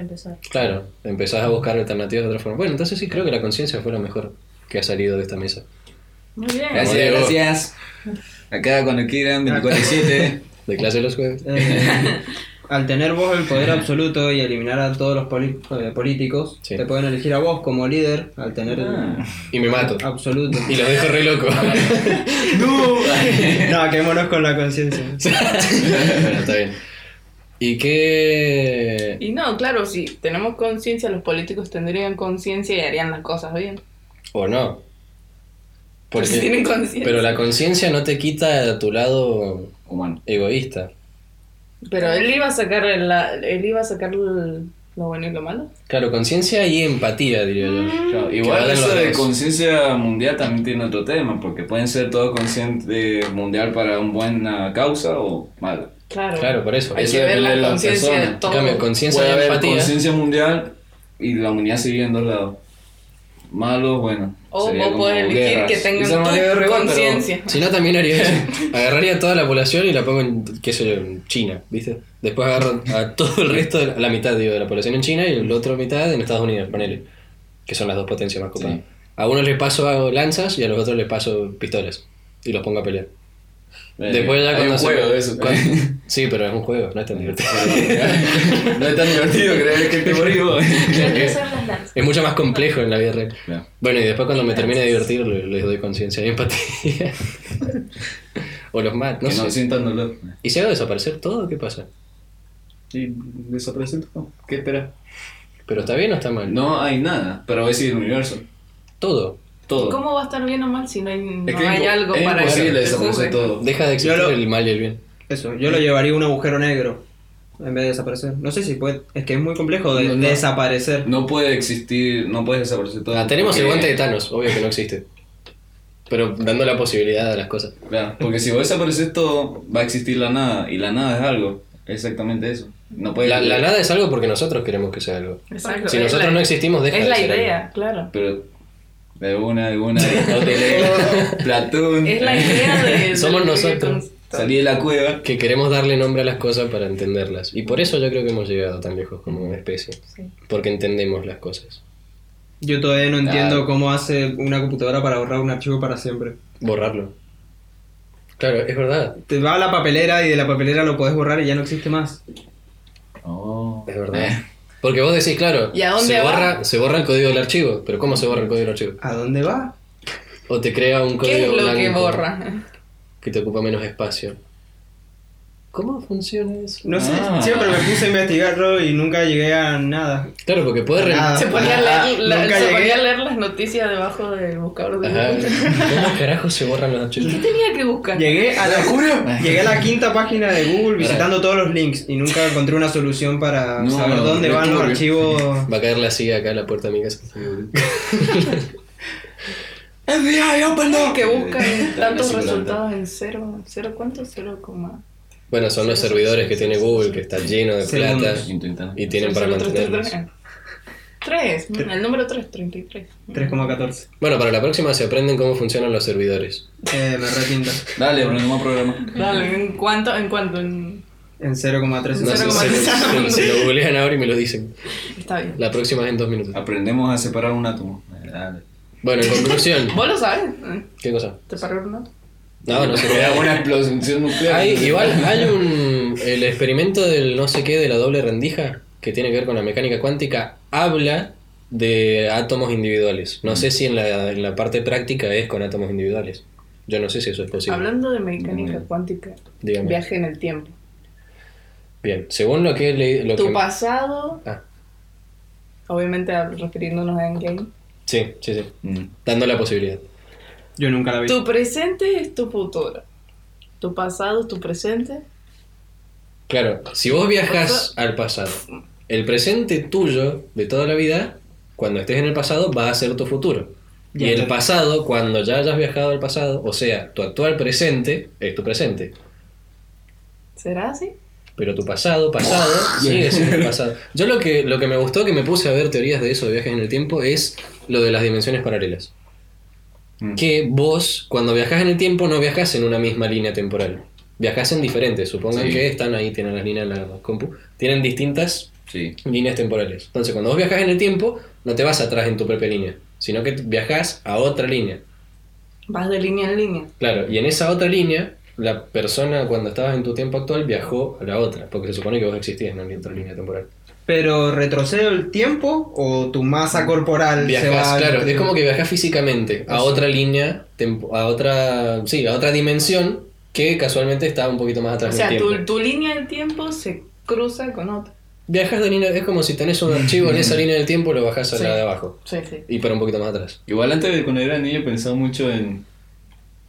S1: empezar.
S2: Claro, empezás a buscar alternativas de otra forma. Bueno, entonces sí creo que la conciencia fue lo mejor que ha salido de esta mesa.
S3: Muy bien.
S4: Gracias,
S2: Diego.
S4: gracias. Acá cuando quieran, 24-7.
S2: De clase los jueves.
S5: eh, al tener vos el poder absoluto y eliminar a todos los poli- eh, políticos,
S2: Sí.
S5: te pueden elegir a vos como líder al tener el
S4: Ah.
S2: Y me mato.
S5: absoluto.
S2: Y los dejo re loco.
S4: ¡No!
S5: no, quedémonos con la conciencia.
S2: bueno, está bien. ¿Y qué...?
S3: Y no, claro, si tenemos conciencia, los políticos tendrían conciencia y harían las cosas bien.
S2: ¿O no?
S3: Porque
S2: Porque-
S3: tienen conciencia.
S2: Pero
S3: Pero,
S2: la conciencia no te quita tu lado
S4: Humano.
S2: egoísta.
S3: él iba a sacar el- la- él iba a sacar el- lo bueno y lo malo.
S2: Claro, conciencia y empatía, diría yo.
S4: Claro,
S2: Que
S4: igual
S2: vayan
S4: eso
S2: los
S4: de
S2: dos.
S4: conciencia mundial también tiene otro tema, porque pueden ser todo consciente mundial para una buena causa o mala.
S3: Claro.
S2: Claro, por eso.
S3: Hay
S4: Eso
S3: que ver
S4: depende de
S3: la
S4: las
S3: conciencia de
S4: personas.
S2: En
S3: todo.
S2: cambio, conciencia y
S4: Puede haber
S2: empatía.
S4: conciencia mundial y la humanidad se divide en dos lados. Malo, bueno.
S3: O
S4: sería
S3: vos
S4: como
S3: podés elegir
S4: guerras.
S3: que
S4: Esa
S3: tengan
S4: no es guerra
S3: tu
S4: igual, pero-
S3: conciencia.
S2: Si no, también haría eso. Agarraría a toda la población y la pongo en, qué sé yo, en China, ¿viste? Después agarro a todo el resto, de la, la mitad, digo, de la población en China y la otra mitad en Estados Unidos, ponele. Que son las dos potencias más copadas.
S4: Sí.
S2: A uno le paso lanzas y a los otros les paso pistolas. Y los pongo a pelear.
S4: Eh,
S2: Después ya
S4: hay
S2: cuando
S4: un
S2: se-
S4: juego de eso.
S2: cuando- Sí, pero es un juego, no es tan divertido.
S4: no es tan divertido creer que te morimos.
S1: Yo quiero ser las lanzas.
S2: Es mucho más complejo en la vida real.
S4: Claro.
S2: Bueno, y después cuando me termine de divertir le- les doy conciencia y empatía. o los mato, no
S4: que no
S2: sé.
S4: sientan dolor.
S2: ¿Y si hago desaparecer todo? ¿Qué pasa?
S4: Y desaparece todo. ¿Qué esperas?
S2: ¿Pero está bien o está mal?
S4: No hay nada, pero es el universo.
S2: Todo.
S4: Todo.
S3: ¿Cómo va a estar bien o mal si no hay,
S4: Es
S3: no
S4: que
S3: hay
S4: impo-
S3: algo
S4: es
S3: para
S4: imposible
S3: que te
S4: desaparecer
S3: juzgue?
S4: todo.
S2: Deja de existir
S5: Yo lo-
S2: el mal y el bien.
S5: Eso, yo lo
S4: Eh.
S5: llevaría a un agujero negro en vez de desaparecer. No sé si puede, es que es muy complejo de
S4: No, no.
S5: desaparecer.
S4: No puede existir, no puede desaparecer todo.
S2: Ah, tenemos el
S4: porque-
S2: guante de Thanos, obvio que no existe. Pero dando la posibilidad a las cosas.
S4: Claro, porque si vos desapareces todo, va a existir la nada, y la nada es algo. Exactamente eso. No puede
S2: La, la nada es algo porque nosotros queremos que sea algo.
S3: Exacto.
S2: Si
S3: es
S2: nosotros
S3: la-
S2: no existimos, deja
S3: Es
S2: de
S3: la
S2: ser algo.
S3: idea, claro.
S4: Pero de una, de una, Aristóteles, Platón.
S3: Es la idea de.
S2: Somos
S3: del-
S2: nosotros.
S4: Salí de la cueva.
S2: Que queremos darle nombre a las cosas para entenderlas. Y por eso yo creo que hemos llegado tan lejos como especie.
S1: Sí.
S2: Porque entendemos las cosas.
S5: Yo todavía no entiendo
S4: Claro.
S5: cómo hace una computadora para borrar un archivo para siempre.
S2: Borrarlo. Claro, es verdad.
S5: Te va a la papelera y de la papelera lo podés borrar y ya no existe más.
S4: Oh.
S2: Es verdad. Porque vos decís, claro,
S3: ¿Y a dónde
S2: se,
S3: va?
S2: borra, se borra el código del archivo. Pero ¿cómo se borra el código del archivo?
S5: ¿A dónde va?
S2: O te crea un código
S3: ¿Qué es lo que
S2: blanco
S3: borra?
S2: que te ocupa menos espacio. ¿Cómo funciona eso?
S5: No sé,
S4: Ah.
S5: siempre me puse a investigarlo y nunca llegué a nada.
S2: Claro, porque puede re-
S5: Nada.
S3: Ah, Se ponía a
S2: ah,
S3: leer, la-
S5: Nunca
S3: se ponía
S5: llegué.
S3: a leer las noticias debajo del buscador de
S2: Ajá.
S3: Google.
S2: ¿Cómo carajo se borran los archivos?
S3: ¿Qué tenía que buscar?
S5: Llegué a la Llegué a la quinta página de Google visitando todos los links y nunca encontré una solución para
S4: No,
S5: saber
S4: no,
S5: dónde
S4: no
S5: van los
S4: tuve.
S5: archivos.
S2: Va a caer la silla acá a la puerta de mi casa.
S4: Eh. FBI, open up.
S3: pues que buscan tantos
S4: Sí,
S3: resultados en cero, cero cuánto, cero coma.
S2: Bueno, son los servidores que tiene Google, que está lleno de plata
S5: Segundos.
S4: Intentando.
S2: y tienen para
S3: Cero, cero, tres,
S2: mantenerlos.
S3: tres, tres. Tres, el número 3, 33.
S5: 3,14.
S2: Bueno, para la próxima se aprenden cómo funcionan los servidores.
S5: Eh, me retinta.
S4: Dale, ponemos un programa.
S3: Dale, ¿en cuánto? ¿En cuánto? En-
S5: En 0,3.
S2: No sé, se, lo- se lo googlean ahora y me lo dicen.
S3: Está bien.
S2: La próxima es en dos minutos.
S4: Aprendemos a separar un átomo. Dale.
S2: Bueno, en conclusión.
S3: ¿Vos lo sabes? ¿eh?
S2: ¿Qué cosa?
S3: ¿Te paró no?
S2: No, no se
S4: Te da una explosión nuclear.
S2: Hay, igual hay un. El experimento del no sé qué de la doble rendija, que tiene que ver con la mecánica cuántica, habla de átomos individuales. No sé si en la, en la parte práctica es con átomos individuales. Yo no sé si eso es posible.
S3: Hablando de mecánica
S4: Dígame.
S3: cuántica,
S2: Dígame.
S3: viaje en el tiempo.
S2: Bien, según lo que he leído. Lo
S3: tu
S2: que...
S3: pasado,
S2: Ah,
S3: obviamente refiriéndonos a Endgame.
S2: sí, sí, sí.
S4: Mm.
S2: Dando la posibilidad.
S5: Yo nunca la vi.
S3: Tu presente es tu futuro. Tu pasado es tu presente.
S2: Claro, si vos viajas al pasado, el presente tuyo de toda la vida, cuando estés en el pasado, va a ser tu futuro. y
S5: Ya,
S2: el
S5: claro.
S2: pasado, cuando ya hayas viajado al pasado, o sea, tu actual presente es tu presente.
S3: ¿Será así?
S2: Pero tu pasado, pasado, sigue siendo el pasado. Yo lo que, lo que me gustó, que me puse a ver teorías de eso, de viajes en el tiempo, es lo de las dimensiones paralelas.
S4: Mm.
S2: Que vos, cuando viajás en el tiempo, no viajás en una misma línea temporal. Viajás en diferentes, supongan
S4: Sí.
S2: que están ahí, tienen las líneas en la compu. Tienen distintas
S4: Sí.
S2: líneas temporales. Entonces, cuando vos viajas en el tiempo, no te vas atrás en tu propia línea, sino que viajas a otra línea.
S3: Vas de línea en línea.
S2: Claro, y en esa otra línea, la persona cuando estabas en tu tiempo actual viajó a la otra, porque se supone que vos existías en la otra línea temporal.
S5: Pero retrocedo el tiempo o tu masa corporal se
S2: Mm. Viajas,
S5: va.
S2: claro, es como que viajas físicamente a
S5: Eso.
S2: otra línea, tempo- a otra, sí, a otra dimensión que casualmente está un poquito más
S3: O
S2: atrás en
S3: sea,
S2: el tiempo.
S3: tu, tu línea del tiempo se cruza con otra.
S2: Viajas de línea, es como si tenés un archivo en esa línea del tiempo, lo bajás a
S3: Sí.
S2: la de abajo
S3: Sí, sí.
S2: y para un poquito más atrás.
S4: Igual antes de cuando era niño pensaba mucho en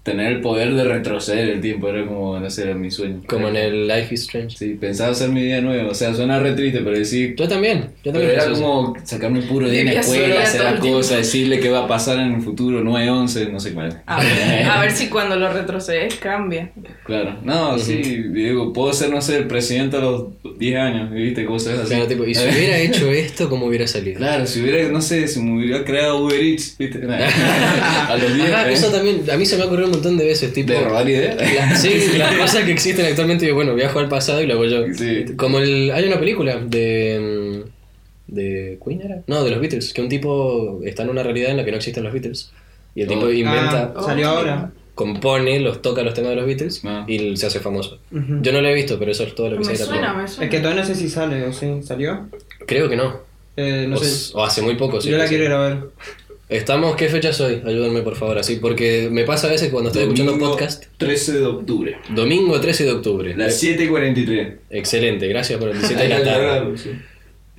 S4: tener el poder de retroceder el tiempo. Era como, no sé, era mi sueño.
S2: Como en el Life is Strange.
S4: Sí, pensaba hacer mi vida nueva. O sea, suena re triste, pero decir.
S2: Yo también, yo también
S4: Pero era
S2: pienso eso.
S4: como sacarme un puro día en la
S3: Vivía sola
S4: escuela, hacer
S3: todo
S4: la
S3: el tiempo.
S4: cosa, decirle qué va a pasar en el futuro, 9-11, no sé cuál.
S3: A ver, a ver si cuando lo retrocedes cambia.
S4: Claro, no, sí, digo, puedo ser, no sé, el presidente a los 10 años, ¿viste? Cosas así.
S2: Claro, tipo, y si hubiera hecho esto, ¿cómo hubiera salido?
S4: Claro, si hubiera, no sé, si me hubiera creado Uber Eats, ¿viste? a los 10
S2: Ajá,
S4: ¿eh?
S2: eso también, a mí se me ha ocurrido un montón de veces, tipo...
S4: ¿De robar ideas?
S2: las- sí, las cosas que existen actualmente, yo, bueno, viajo al pasado y lo hago yo.
S4: Sí.
S2: Como el, hay una película de... mm, ¿De Queen era? No, de los Beatles, que un tipo está en una realidad en la que no existen los Beatles. Y el tipo
S4: Oh.
S2: inventa,
S5: Ah, salió ahora.
S2: compone, los toca los temas de los Beatles
S4: Ah.
S2: y se hace famoso.
S5: Ujú.
S2: Yo no lo he visto, pero eso es todo lo que
S3: Me
S2: sé. de la
S3: suena,
S2: película.
S3: me suena.
S5: Es que todavía no sé si sale o sí. ¿Salió?
S2: Creo que no.
S5: Eh, no
S2: o,
S5: sé.
S2: o hace muy poco. sí,
S5: Yo la
S2: que
S5: quiero
S2: sí.
S5: ir a ver.
S2: Estamos, ¿qué fecha soy? Ayúdenme por favor, así, porque me pasa a veces cuando estoy escuchando
S4: Domingo
S2: podcast.
S4: 13 de octubre,
S2: Domingo 13 de octubre.
S4: las 7.43.
S2: Excelente, gracias por el 17 de la tarde.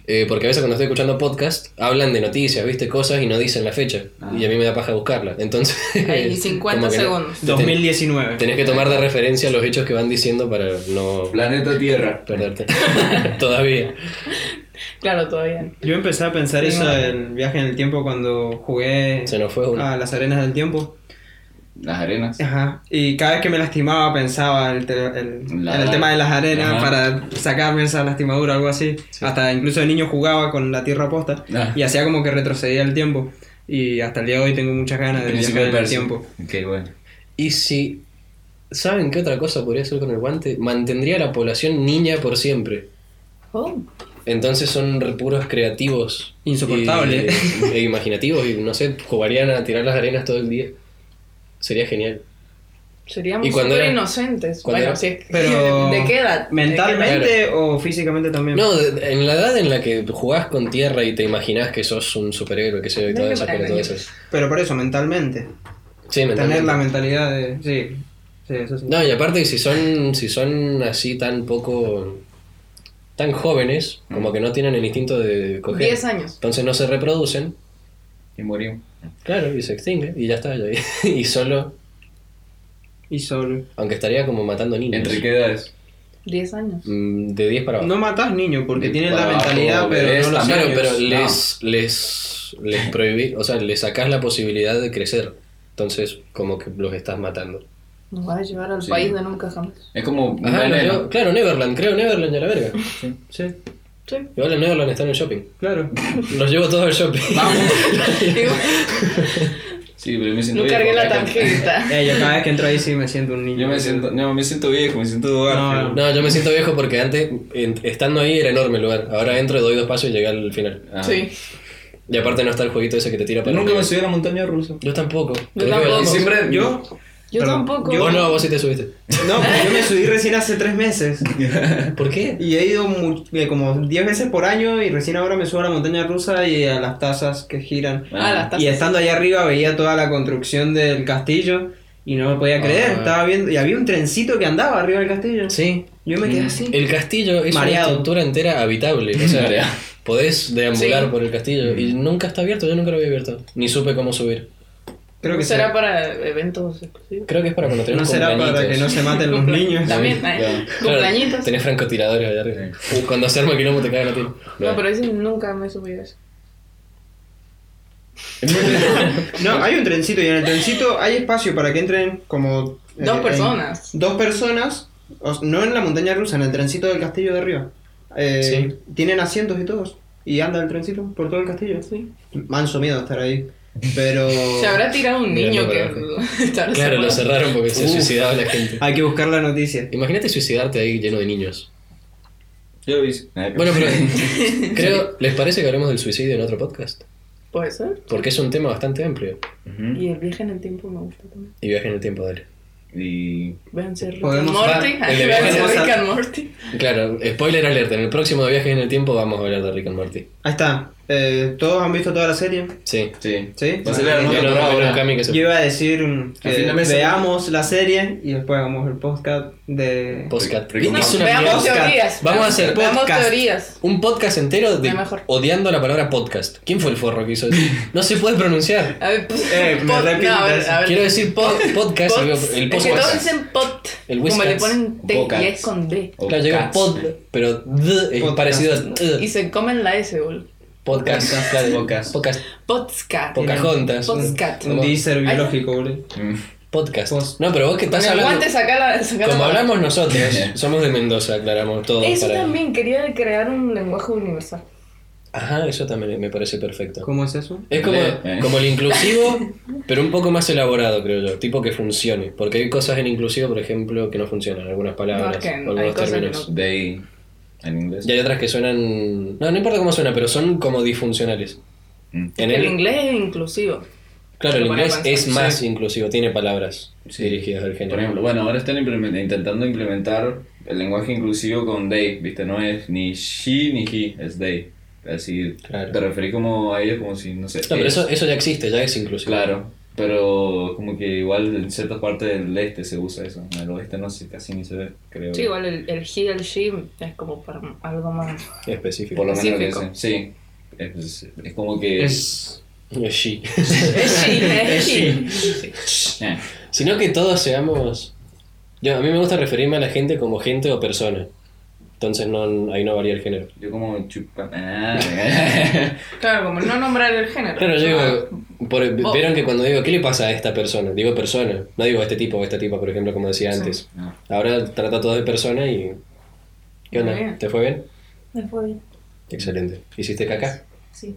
S2: Eh, porque a veces cuando estoy escuchando podcast, hablan de noticias, viste, cosas y no dicen la fecha.
S4: Ah.
S2: Y a mí me da paja buscarla. Entonces.
S3: Ahí, 50
S2: como que no-
S3: segundos.
S5: 2019.
S2: tenés que tomar de referencia los hechos que van diciendo para no
S4: Planeta Tierra.
S2: perderte. Todavía.
S3: Claro, todavía. no.
S5: Yo empecé a pensar eso
S3: Primero.
S5: del viaje en el tiempo cuando jugué
S2: Se nos fue uno.
S5: a las arenas del tiempo.
S4: Las arenas.
S5: Ajá. Y cada vez que me lastimaba pensaba el te- el-
S4: La-
S5: en el tema de las arenas
S4: Ajá.
S5: para sacarme esa lastimadura o algo así. Hasta incluso de niño jugaba con la tierra posta
S4: Ah.
S5: y hacía como que retrocedía el tiempo. Y hasta el día de hoy tengo muchas ganas de viajar
S4: Príncipe
S5: en el
S4: Persia.
S5: tiempo.
S4: Ok, bueno.
S2: Y si. ¿Saben qué otra cosa podría hacer con el guante? Mantendría a la población niña por siempre.
S3: Oh,
S2: Entonces son re puros creativos.
S5: Insoportable.
S2: Y, e imaginativos y no sé, jugarían a tirar las arenas todo el día. Sería genial.
S3: seríamos
S2: ¿Y cuando
S3: súper
S2: era?
S3: inocentes.
S2: ¿Cuando
S3: Bueno,
S2: era?
S3: si es que-
S5: Pero
S3: ¿De qué edad? ¿De
S5: mentalmente o físicamente también.
S2: No, de- en la edad en la que jugás con tierra y te imaginás que sos un superhéroe, que sé yo, y
S3: No
S2: todas
S3: me
S2: esas
S3: parece.
S2: pelotudeces.
S5: Pero por eso, mentalmente.
S2: Sí, me
S5: Tener la
S2: entiendo.
S5: mentalidad de. Sí, sí, eso sí.
S2: No, y aparte si son, si son así tan poco... tan jóvenes, como
S5: Mm.
S2: que no tienen el instinto de
S3: qué edad?
S2: coger.
S3: 10 años.
S2: Entonces no se reproducen,
S4: Y morimos.
S2: claro, y se extinguen, y ya está. Y, y solo...
S5: Y solo.
S2: Aunque estaría como matando niños.
S4: ¿Entre qué edades?
S3: 10 años.
S2: Mm, De 10 para abajo.
S5: No matas niños porque
S4: De
S5: tienen la
S4: trabajo,
S5: mentalidad, pero
S4: bebés
S5: no los
S4: también,
S2: Claro,
S5: años.
S2: pero
S4: no.
S2: les, les, les prohibí, o sea, les sacás la posibilidad de crecer. Entonces, como que los estás matando.
S3: Nos vas a llevar al
S4: Sí.
S3: país de nunca jamás.
S4: Es como un
S2: Ajá, no,
S4: veneno.
S2: yo- Ah, claro, Neverland, creo Neverland y a la verga. Sí.
S3: Sí.
S2: Igual en Neverland están en el shopping.
S5: Claro.
S2: Los llevo todos al shopping.
S4: Sí, pero me siento
S3: no
S4: viejo.
S3: cargué la tarjeta.
S5: Eh, yo cada vez que entro ahí sí me siento un niño.
S4: Yo me siento, no, me siento viejo, me siento Garfield.
S5: No.
S2: No, yo me siento viejo porque antes, en- estando ahí, era enorme el lugar. Ahora entro, doy dos pasos y llegué al final.
S4: Ah.
S3: Sí.
S2: Y aparte no está el jueguito ese que te tira para
S4: Nunca me
S2: arriba.
S4: subí a la montaña rusa.
S2: Yo tampoco.
S3: Yo
S2: Creo que
S3: tampoco.
S4: Y
S2: vos-
S4: siempre
S5: Yo,
S3: Yo
S5: Perdón,
S3: tampoco.
S5: yo-
S2: Vos no, vos sí te subiste.
S5: no, porque yo me subí recién hace tres meses.
S2: ¿Por qué?
S5: Y he ido mu- eh, como 10 veces por año y recién ahora me subo a la montaña rusa y a las tazas que giran.
S3: Ah, las
S5: Y
S3: tazas.
S5: estando allá arriba veía toda la construcción del castillo Y no me podía creer,
S2: Ah.
S5: estaba viendo. Y había un trencito que andaba arriba del castillo.
S2: Sí.
S5: Yo me quedé
S3: Eh,
S5: así.
S2: El castillo es
S5: Mareado.
S2: una estructura entera habitable. O
S4: Mareado.
S2: sea, podés deambular
S3: Sí.
S2: por el castillo. Y nunca está abierto, yo nunca lo había abierto. Ni supe cómo subir.
S5: Creo que
S3: será
S5: será.
S3: para eventos exclusivos.
S2: Creo que es para cuando tenés
S5: No será para que no se maten los niños.
S3: También,
S4: Claro.
S3: eh,
S2: Claro,
S3: cumpleañitos.
S2: tenés francotiradores allá arriba. Uh, cuando se arma el quilombo te cagan a ti.
S3: No, pero ese nunca me he subido eso.
S5: No, hay un trencito y en el trencito hay espacio para que entren como. eh,
S3: Dos
S5: en-
S3: personas.
S5: dos personas, o s- no en la montaña rusa, en el trencito del castillo de arriba. Eh, Tienen asientos y todos. Y anda el trencito por todo el castillo.
S3: Sí.
S5: Manso miedo estar ahí. Pero.
S3: Se habrá tirado un
S2: Mirando
S3: niño que
S2: para
S3: estaba
S2: Claro, lo
S3: cerrado.
S2: cerraron porque se
S5: Uf.
S2: suicidaba la gente.
S5: Hay que buscar la noticia.
S2: Imagínate suicidarte ahí lleno de niños.
S4: Yo lo hice. Nada que
S2: Bueno,
S4: ver.
S2: pero creo, ¿les parece que hablemos del suicidio en otro podcast?
S3: Puede ser.
S2: Porque es un tema bastante amplio.
S4: Ujú.
S3: Y el viaje en el tiempo me gusta también.
S2: Y viaje en el tiempo, dale.
S4: Y.
S3: Véanse Rick and
S5: Podemos-
S3: Morty.
S2: Va, el de
S3: Véanse
S5: viaje-
S3: Rick and Morty.
S2: Claro, spoiler alert, en el próximo de viaje en el tiempo vamos a hablar de Rick and Morty.
S5: Ahí está. Eh, Todos han visto toda la serie.
S2: Sí.
S4: Sí.
S5: Sí.
S4: Va a ser
S2: Yo
S4: la nueva
S2: no-
S4: temporada.
S2: pero Cami que se-
S5: Yo iba a decir mm, que
S4: Al fin de mes-
S5: veamos la serie y después hagamos el podcast de.
S2: Podcast.
S4: Rick and
S2: Es
S4: Morty.
S2: una
S3: Veamos
S2: mierda.
S5: mierda.
S3: teorías.
S2: Vamos a hacer
S3: Veamos
S5: podcast.
S3: teorías.
S2: Un podcast entero de
S3: La mejor.
S2: odiando la palabra podcast. ¿Quién fue el forro que hizo eso? No se puede pronunciar.
S3: A ver, pues,
S5: Eh, me
S3: pod-
S5: repito
S3: no, a ver,
S5: eso.
S3: a ver.
S2: Quiero decir po- podcast,
S3: Pots.
S2: el, el
S3: Es que todos
S2: podcast.
S3: dicen pot.
S2: El
S3: como le
S2: Whiskers.
S3: ponen T
S4: Bocats.
S3: y es con D.
S4: O
S2: Claro, yo digo
S4: cats.
S2: pod, pero d es
S5: Podcast.
S2: parecido a
S3: Y
S2: t.
S3: se comen la S, bol.
S2: Podcast, claro,
S4: Podcast.
S2: podcast,
S3: Potscat.
S2: Pocahontas.
S3: Podcast.
S5: Un dícer
S3: Ahí-
S5: biológico, boludo.
S4: Mm.
S2: Podcast.
S5: Post.
S2: No, pero vos que estás
S3: Con el
S2: hablando.
S3: guante saca la. saca la-
S2: Como hablamos nosotros,
S4: Yeah.
S2: somos de Mendoza, aclaramos todo.
S3: Eso
S2: para-
S3: también, quería crear un lenguaje universal.
S2: Ajá, eso también me parece perfecto.
S5: ¿Cómo es eso?
S2: Es como,
S4: Eh.
S2: como el inclusivo, pero un poco más elaborado, creo yo. Tipo que funcione. Porque hay cosas en inclusivo, por ejemplo, que no funcionan. Algunas palabras,
S3: No, es que
S2: o algunos
S3: hay cosas que
S2: términos.
S4: They. En inglés.
S2: Y hay otras que suenan. No, no importa cómo suena, pero son como disfuncionales.
S4: Mm.
S2: En
S3: El
S2: el,
S3: inglés es inclusivo.
S2: claro, el
S3: lo
S2: inglés
S3: ponen
S2: es
S3: más-
S2: más inclusivo, tiene palabras
S4: Sí.
S2: dirigidas al género.
S4: Por ejemplo, bueno, ahora están implement- intentando implementar el lenguaje inclusivo con they, ¿viste? No es ni she ni he, es they. Así
S2: Claro.
S4: te referís como a ellos como si, no sé.
S2: no, pero
S4: es.
S2: eso, eso ya existe, ya es inclusivo.
S4: Claro, pero como que igual en ciertas partes del este se usa eso. En el oeste no sé, casi ni se ve, creo.
S3: Sí, igual el, el he, el she es como para algo más.
S2: Específico.
S4: Por lo menos lo que
S3: específico.
S4: sé. Sí. Es, es como que.
S5: Es.
S2: Es she.
S3: Es she, es she.
S4: Eh,
S2: Sino que todos seamos. Yo, a mí me gusta referirme a la gente como gente o persona. Entonces no, ahí no varía el género.
S4: yo como chupa. Ah,
S3: Claro, como no nombrar el género.
S2: Claro, yo digo. por-
S4: Oh.
S3: Vos-
S2: Vieron que cuando digo, ¿qué le pasa a esta persona? Digo persona. No digo este tipo o esta tipa, por ejemplo, como decía antes.
S4: no.
S2: Ahora trata todo de persona y. ¿Qué onda?
S3: Muy bien.
S2: ¿Te fue bien?
S1: Me fue bien.
S2: Excelente. ¿Hiciste caca?
S1: Sí.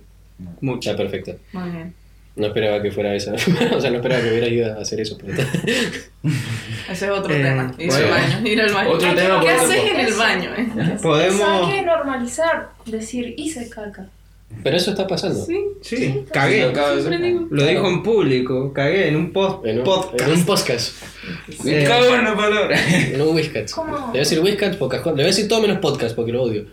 S5: Mucho.
S2: Ya, perfecto.
S3: Muy bien.
S2: No esperaba que fuera esa. o sea, no esperaba que hubiera ido a hacer eso. pero-
S3: Ese es otro
S5: Eh,
S3: tema. Ir
S4: bueno.
S3: al baño, ir al baño.
S4: Otro
S3: Ay,
S4: tema
S3: ¿Qué
S4: por otro
S3: haces en
S4: podcast.
S3: el baño, eh?
S1: Eso hay
S5: Podemos.
S1: que normalizar, decir hice caca.
S2: Pero eso está pasando.
S3: Sí.
S5: Sí, cagué.
S4: Acaba de
S3: Siempre
S4: ser-
S3: digo.
S5: Lo dijo en público, cagué en un post
S2: En un
S5: podcast. Eh,
S2: En un podcast.
S4: Me cago en la palabra.
S2: No Whiskats. Le
S1: ¿Cómo?
S2: voy a decir Whiskats, Pocahontas. Le voy a decir todo menos podcast porque lo odio.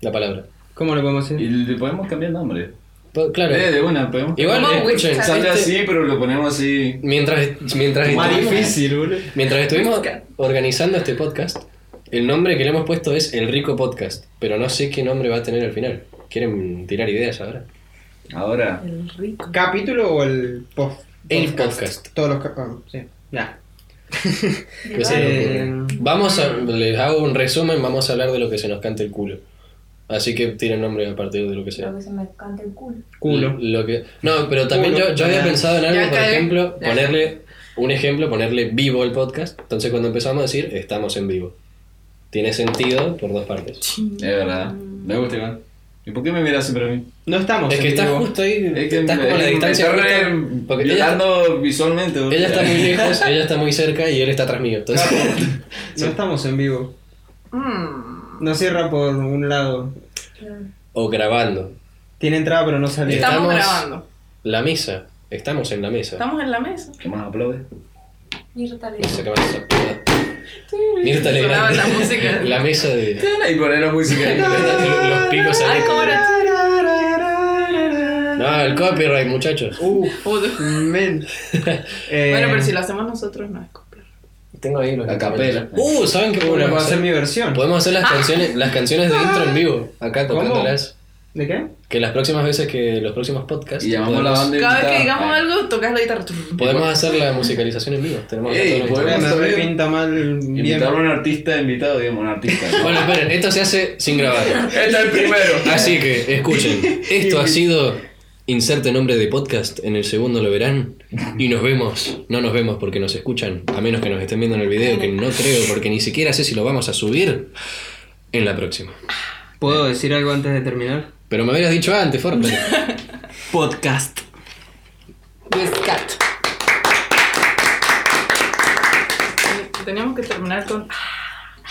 S2: La palabra.
S5: ¿Cómo lo podemos
S4: Y
S5: decir?
S4: le podemos cambiar el nombre.
S2: Po- claro.
S4: Eh, de una, podemos.
S2: Igual
S3: ¿Cómo
S2: escuchen.
S3: Whiskats?
S4: Sale
S2: este-
S4: así, pero lo ponemos así.
S2: mientras, mientras,
S5: Más
S2: estuvimos,
S5: difícil, boludo.
S2: mientras estuvimos
S3: Whiskats.
S2: organizando este podcast, el nombre que le hemos puesto es El Rico Podcast. Pero no sé qué nombre va a tener al final. ¿Quieren tirar ideas ahora?
S4: Ahora.
S3: El rico.
S5: ¿Capítulo o el post?
S2: El podcast.
S5: Todos los cap- ah, sí. Ya.
S2: Que se les ocurra.
S5: Eh,
S2: Vamos a. Les hago un resumen. Vamos a hablar de lo que se nos cante el culo. Así que tiren nombre a partir de lo que sea.
S1: Lo que se me canta el culo.
S5: Culo.
S2: Lo que, no, pero también
S5: Culo.
S2: yo, yo había
S5: Ah.
S2: pensado en algo,
S3: Ya
S2: por
S3: cae.
S2: ejemplo,
S3: Ya.
S2: ponerle un ejemplo, ponerle vivo el podcast. Entonces cuando empezamos a decir, estamos en vivo. Tiene sentido por dos partes.
S4: Es verdad. Me gusta igual. ¿Y por qué me miras siempre a mí?
S5: No estamos.
S2: Es que
S5: en
S2: estás
S5: vivo.
S2: justo ahí,
S4: Es que
S2: estás
S4: me-
S2: como a la
S4: me
S2: distancia.
S4: está
S2: justa,
S4: re
S2: porque ella,
S4: violando visualmente. boludo.
S2: ella está muy lejos, ella está muy cerca y él está atrás mío. Entonces,
S5: No estamos en vivo.
S3: Mm,
S5: No cierra por un lado.
S2: o grabando.
S5: Tiene entrada pero no sale.
S3: Estamos
S2: Estamos-
S3: grabando.
S2: La mesa. Estamos en la mesa.
S3: Estamos en la mesa.
S4: ¿Qué más aplaude?
S1: Mirta le
S2: No sé qué más es esa. Mirta
S3: Sonaba
S2: Legrand.
S3: la música.
S2: La mesa de...
S4: Y poner la música.
S2: Los picos ahí.
S3: Ay, cómo era.
S2: No, el copyright, muchachos.
S5: Uf, men. Eh,
S3: Bueno, pero si lo hacemos nosotros no es copiar.
S2: Tengo ahí los
S4: A capela.
S2: Uh, ¿saben qué
S5: Bueno, voy a
S2: podemos
S5: hacer
S2: hacer?
S5: mi versión.
S2: Podemos hacer las
S3: Ah.
S2: canciones, las canciones de intro en vivo, acá
S5: ¿Cómo?
S2: tocándolas.
S5: ¿De qué?
S2: Que las próximas veces que los próximos podcasts
S4: Y llamamos la
S2: podemos,
S4: banda
S3: Cada vez que
S4: invitada.
S3: digamos
S4: Ah.
S3: algo, tocas la guitarra.
S2: podemos hacer la musicalización en vivo. Tenemos acá
S4: Ey,
S2: todos los
S4: podemos-
S5: Me
S2: instrumentos.
S4: hacer-
S5: repinta mal bien.
S4: Invitar a un artista invitado, digamos, un artista.
S2: Bueno, Ah, esperen, esto se hace sin grabar.
S4: Este es el primero.
S2: Así que, escuchen, esto ha sido inserte nombre de podcast, en el segundo lo verán y nos vemos, no nos vemos porque nos escuchan, a menos que nos estén viendo en el video, que no creo porque ni siquiera sé si lo vamos a subir en la próxima.
S5: ¿Puedo decir algo antes de terminar?
S2: Pero me hubieras dicho antes, Forte.
S5: Podcast.
S3: Descat. Teníamos Eh, que terminar con.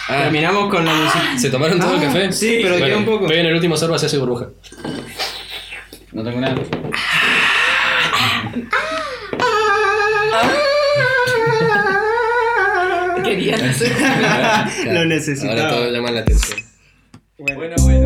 S2: Ah,
S5: Terminamos con la música.
S2: ¿Se tomaron todo el café?
S5: Ah, sí, pero queda un poco.
S2: Estoy en el último sorbo, se hace burbuja.
S4: No tengo nada.
S3: Querían hacer.
S5: Lo
S2: Ahora
S3: Ah.
S5: necesitaba.
S2: todo llama la atención.
S5: Bueno.
S4: Bueno, voy a...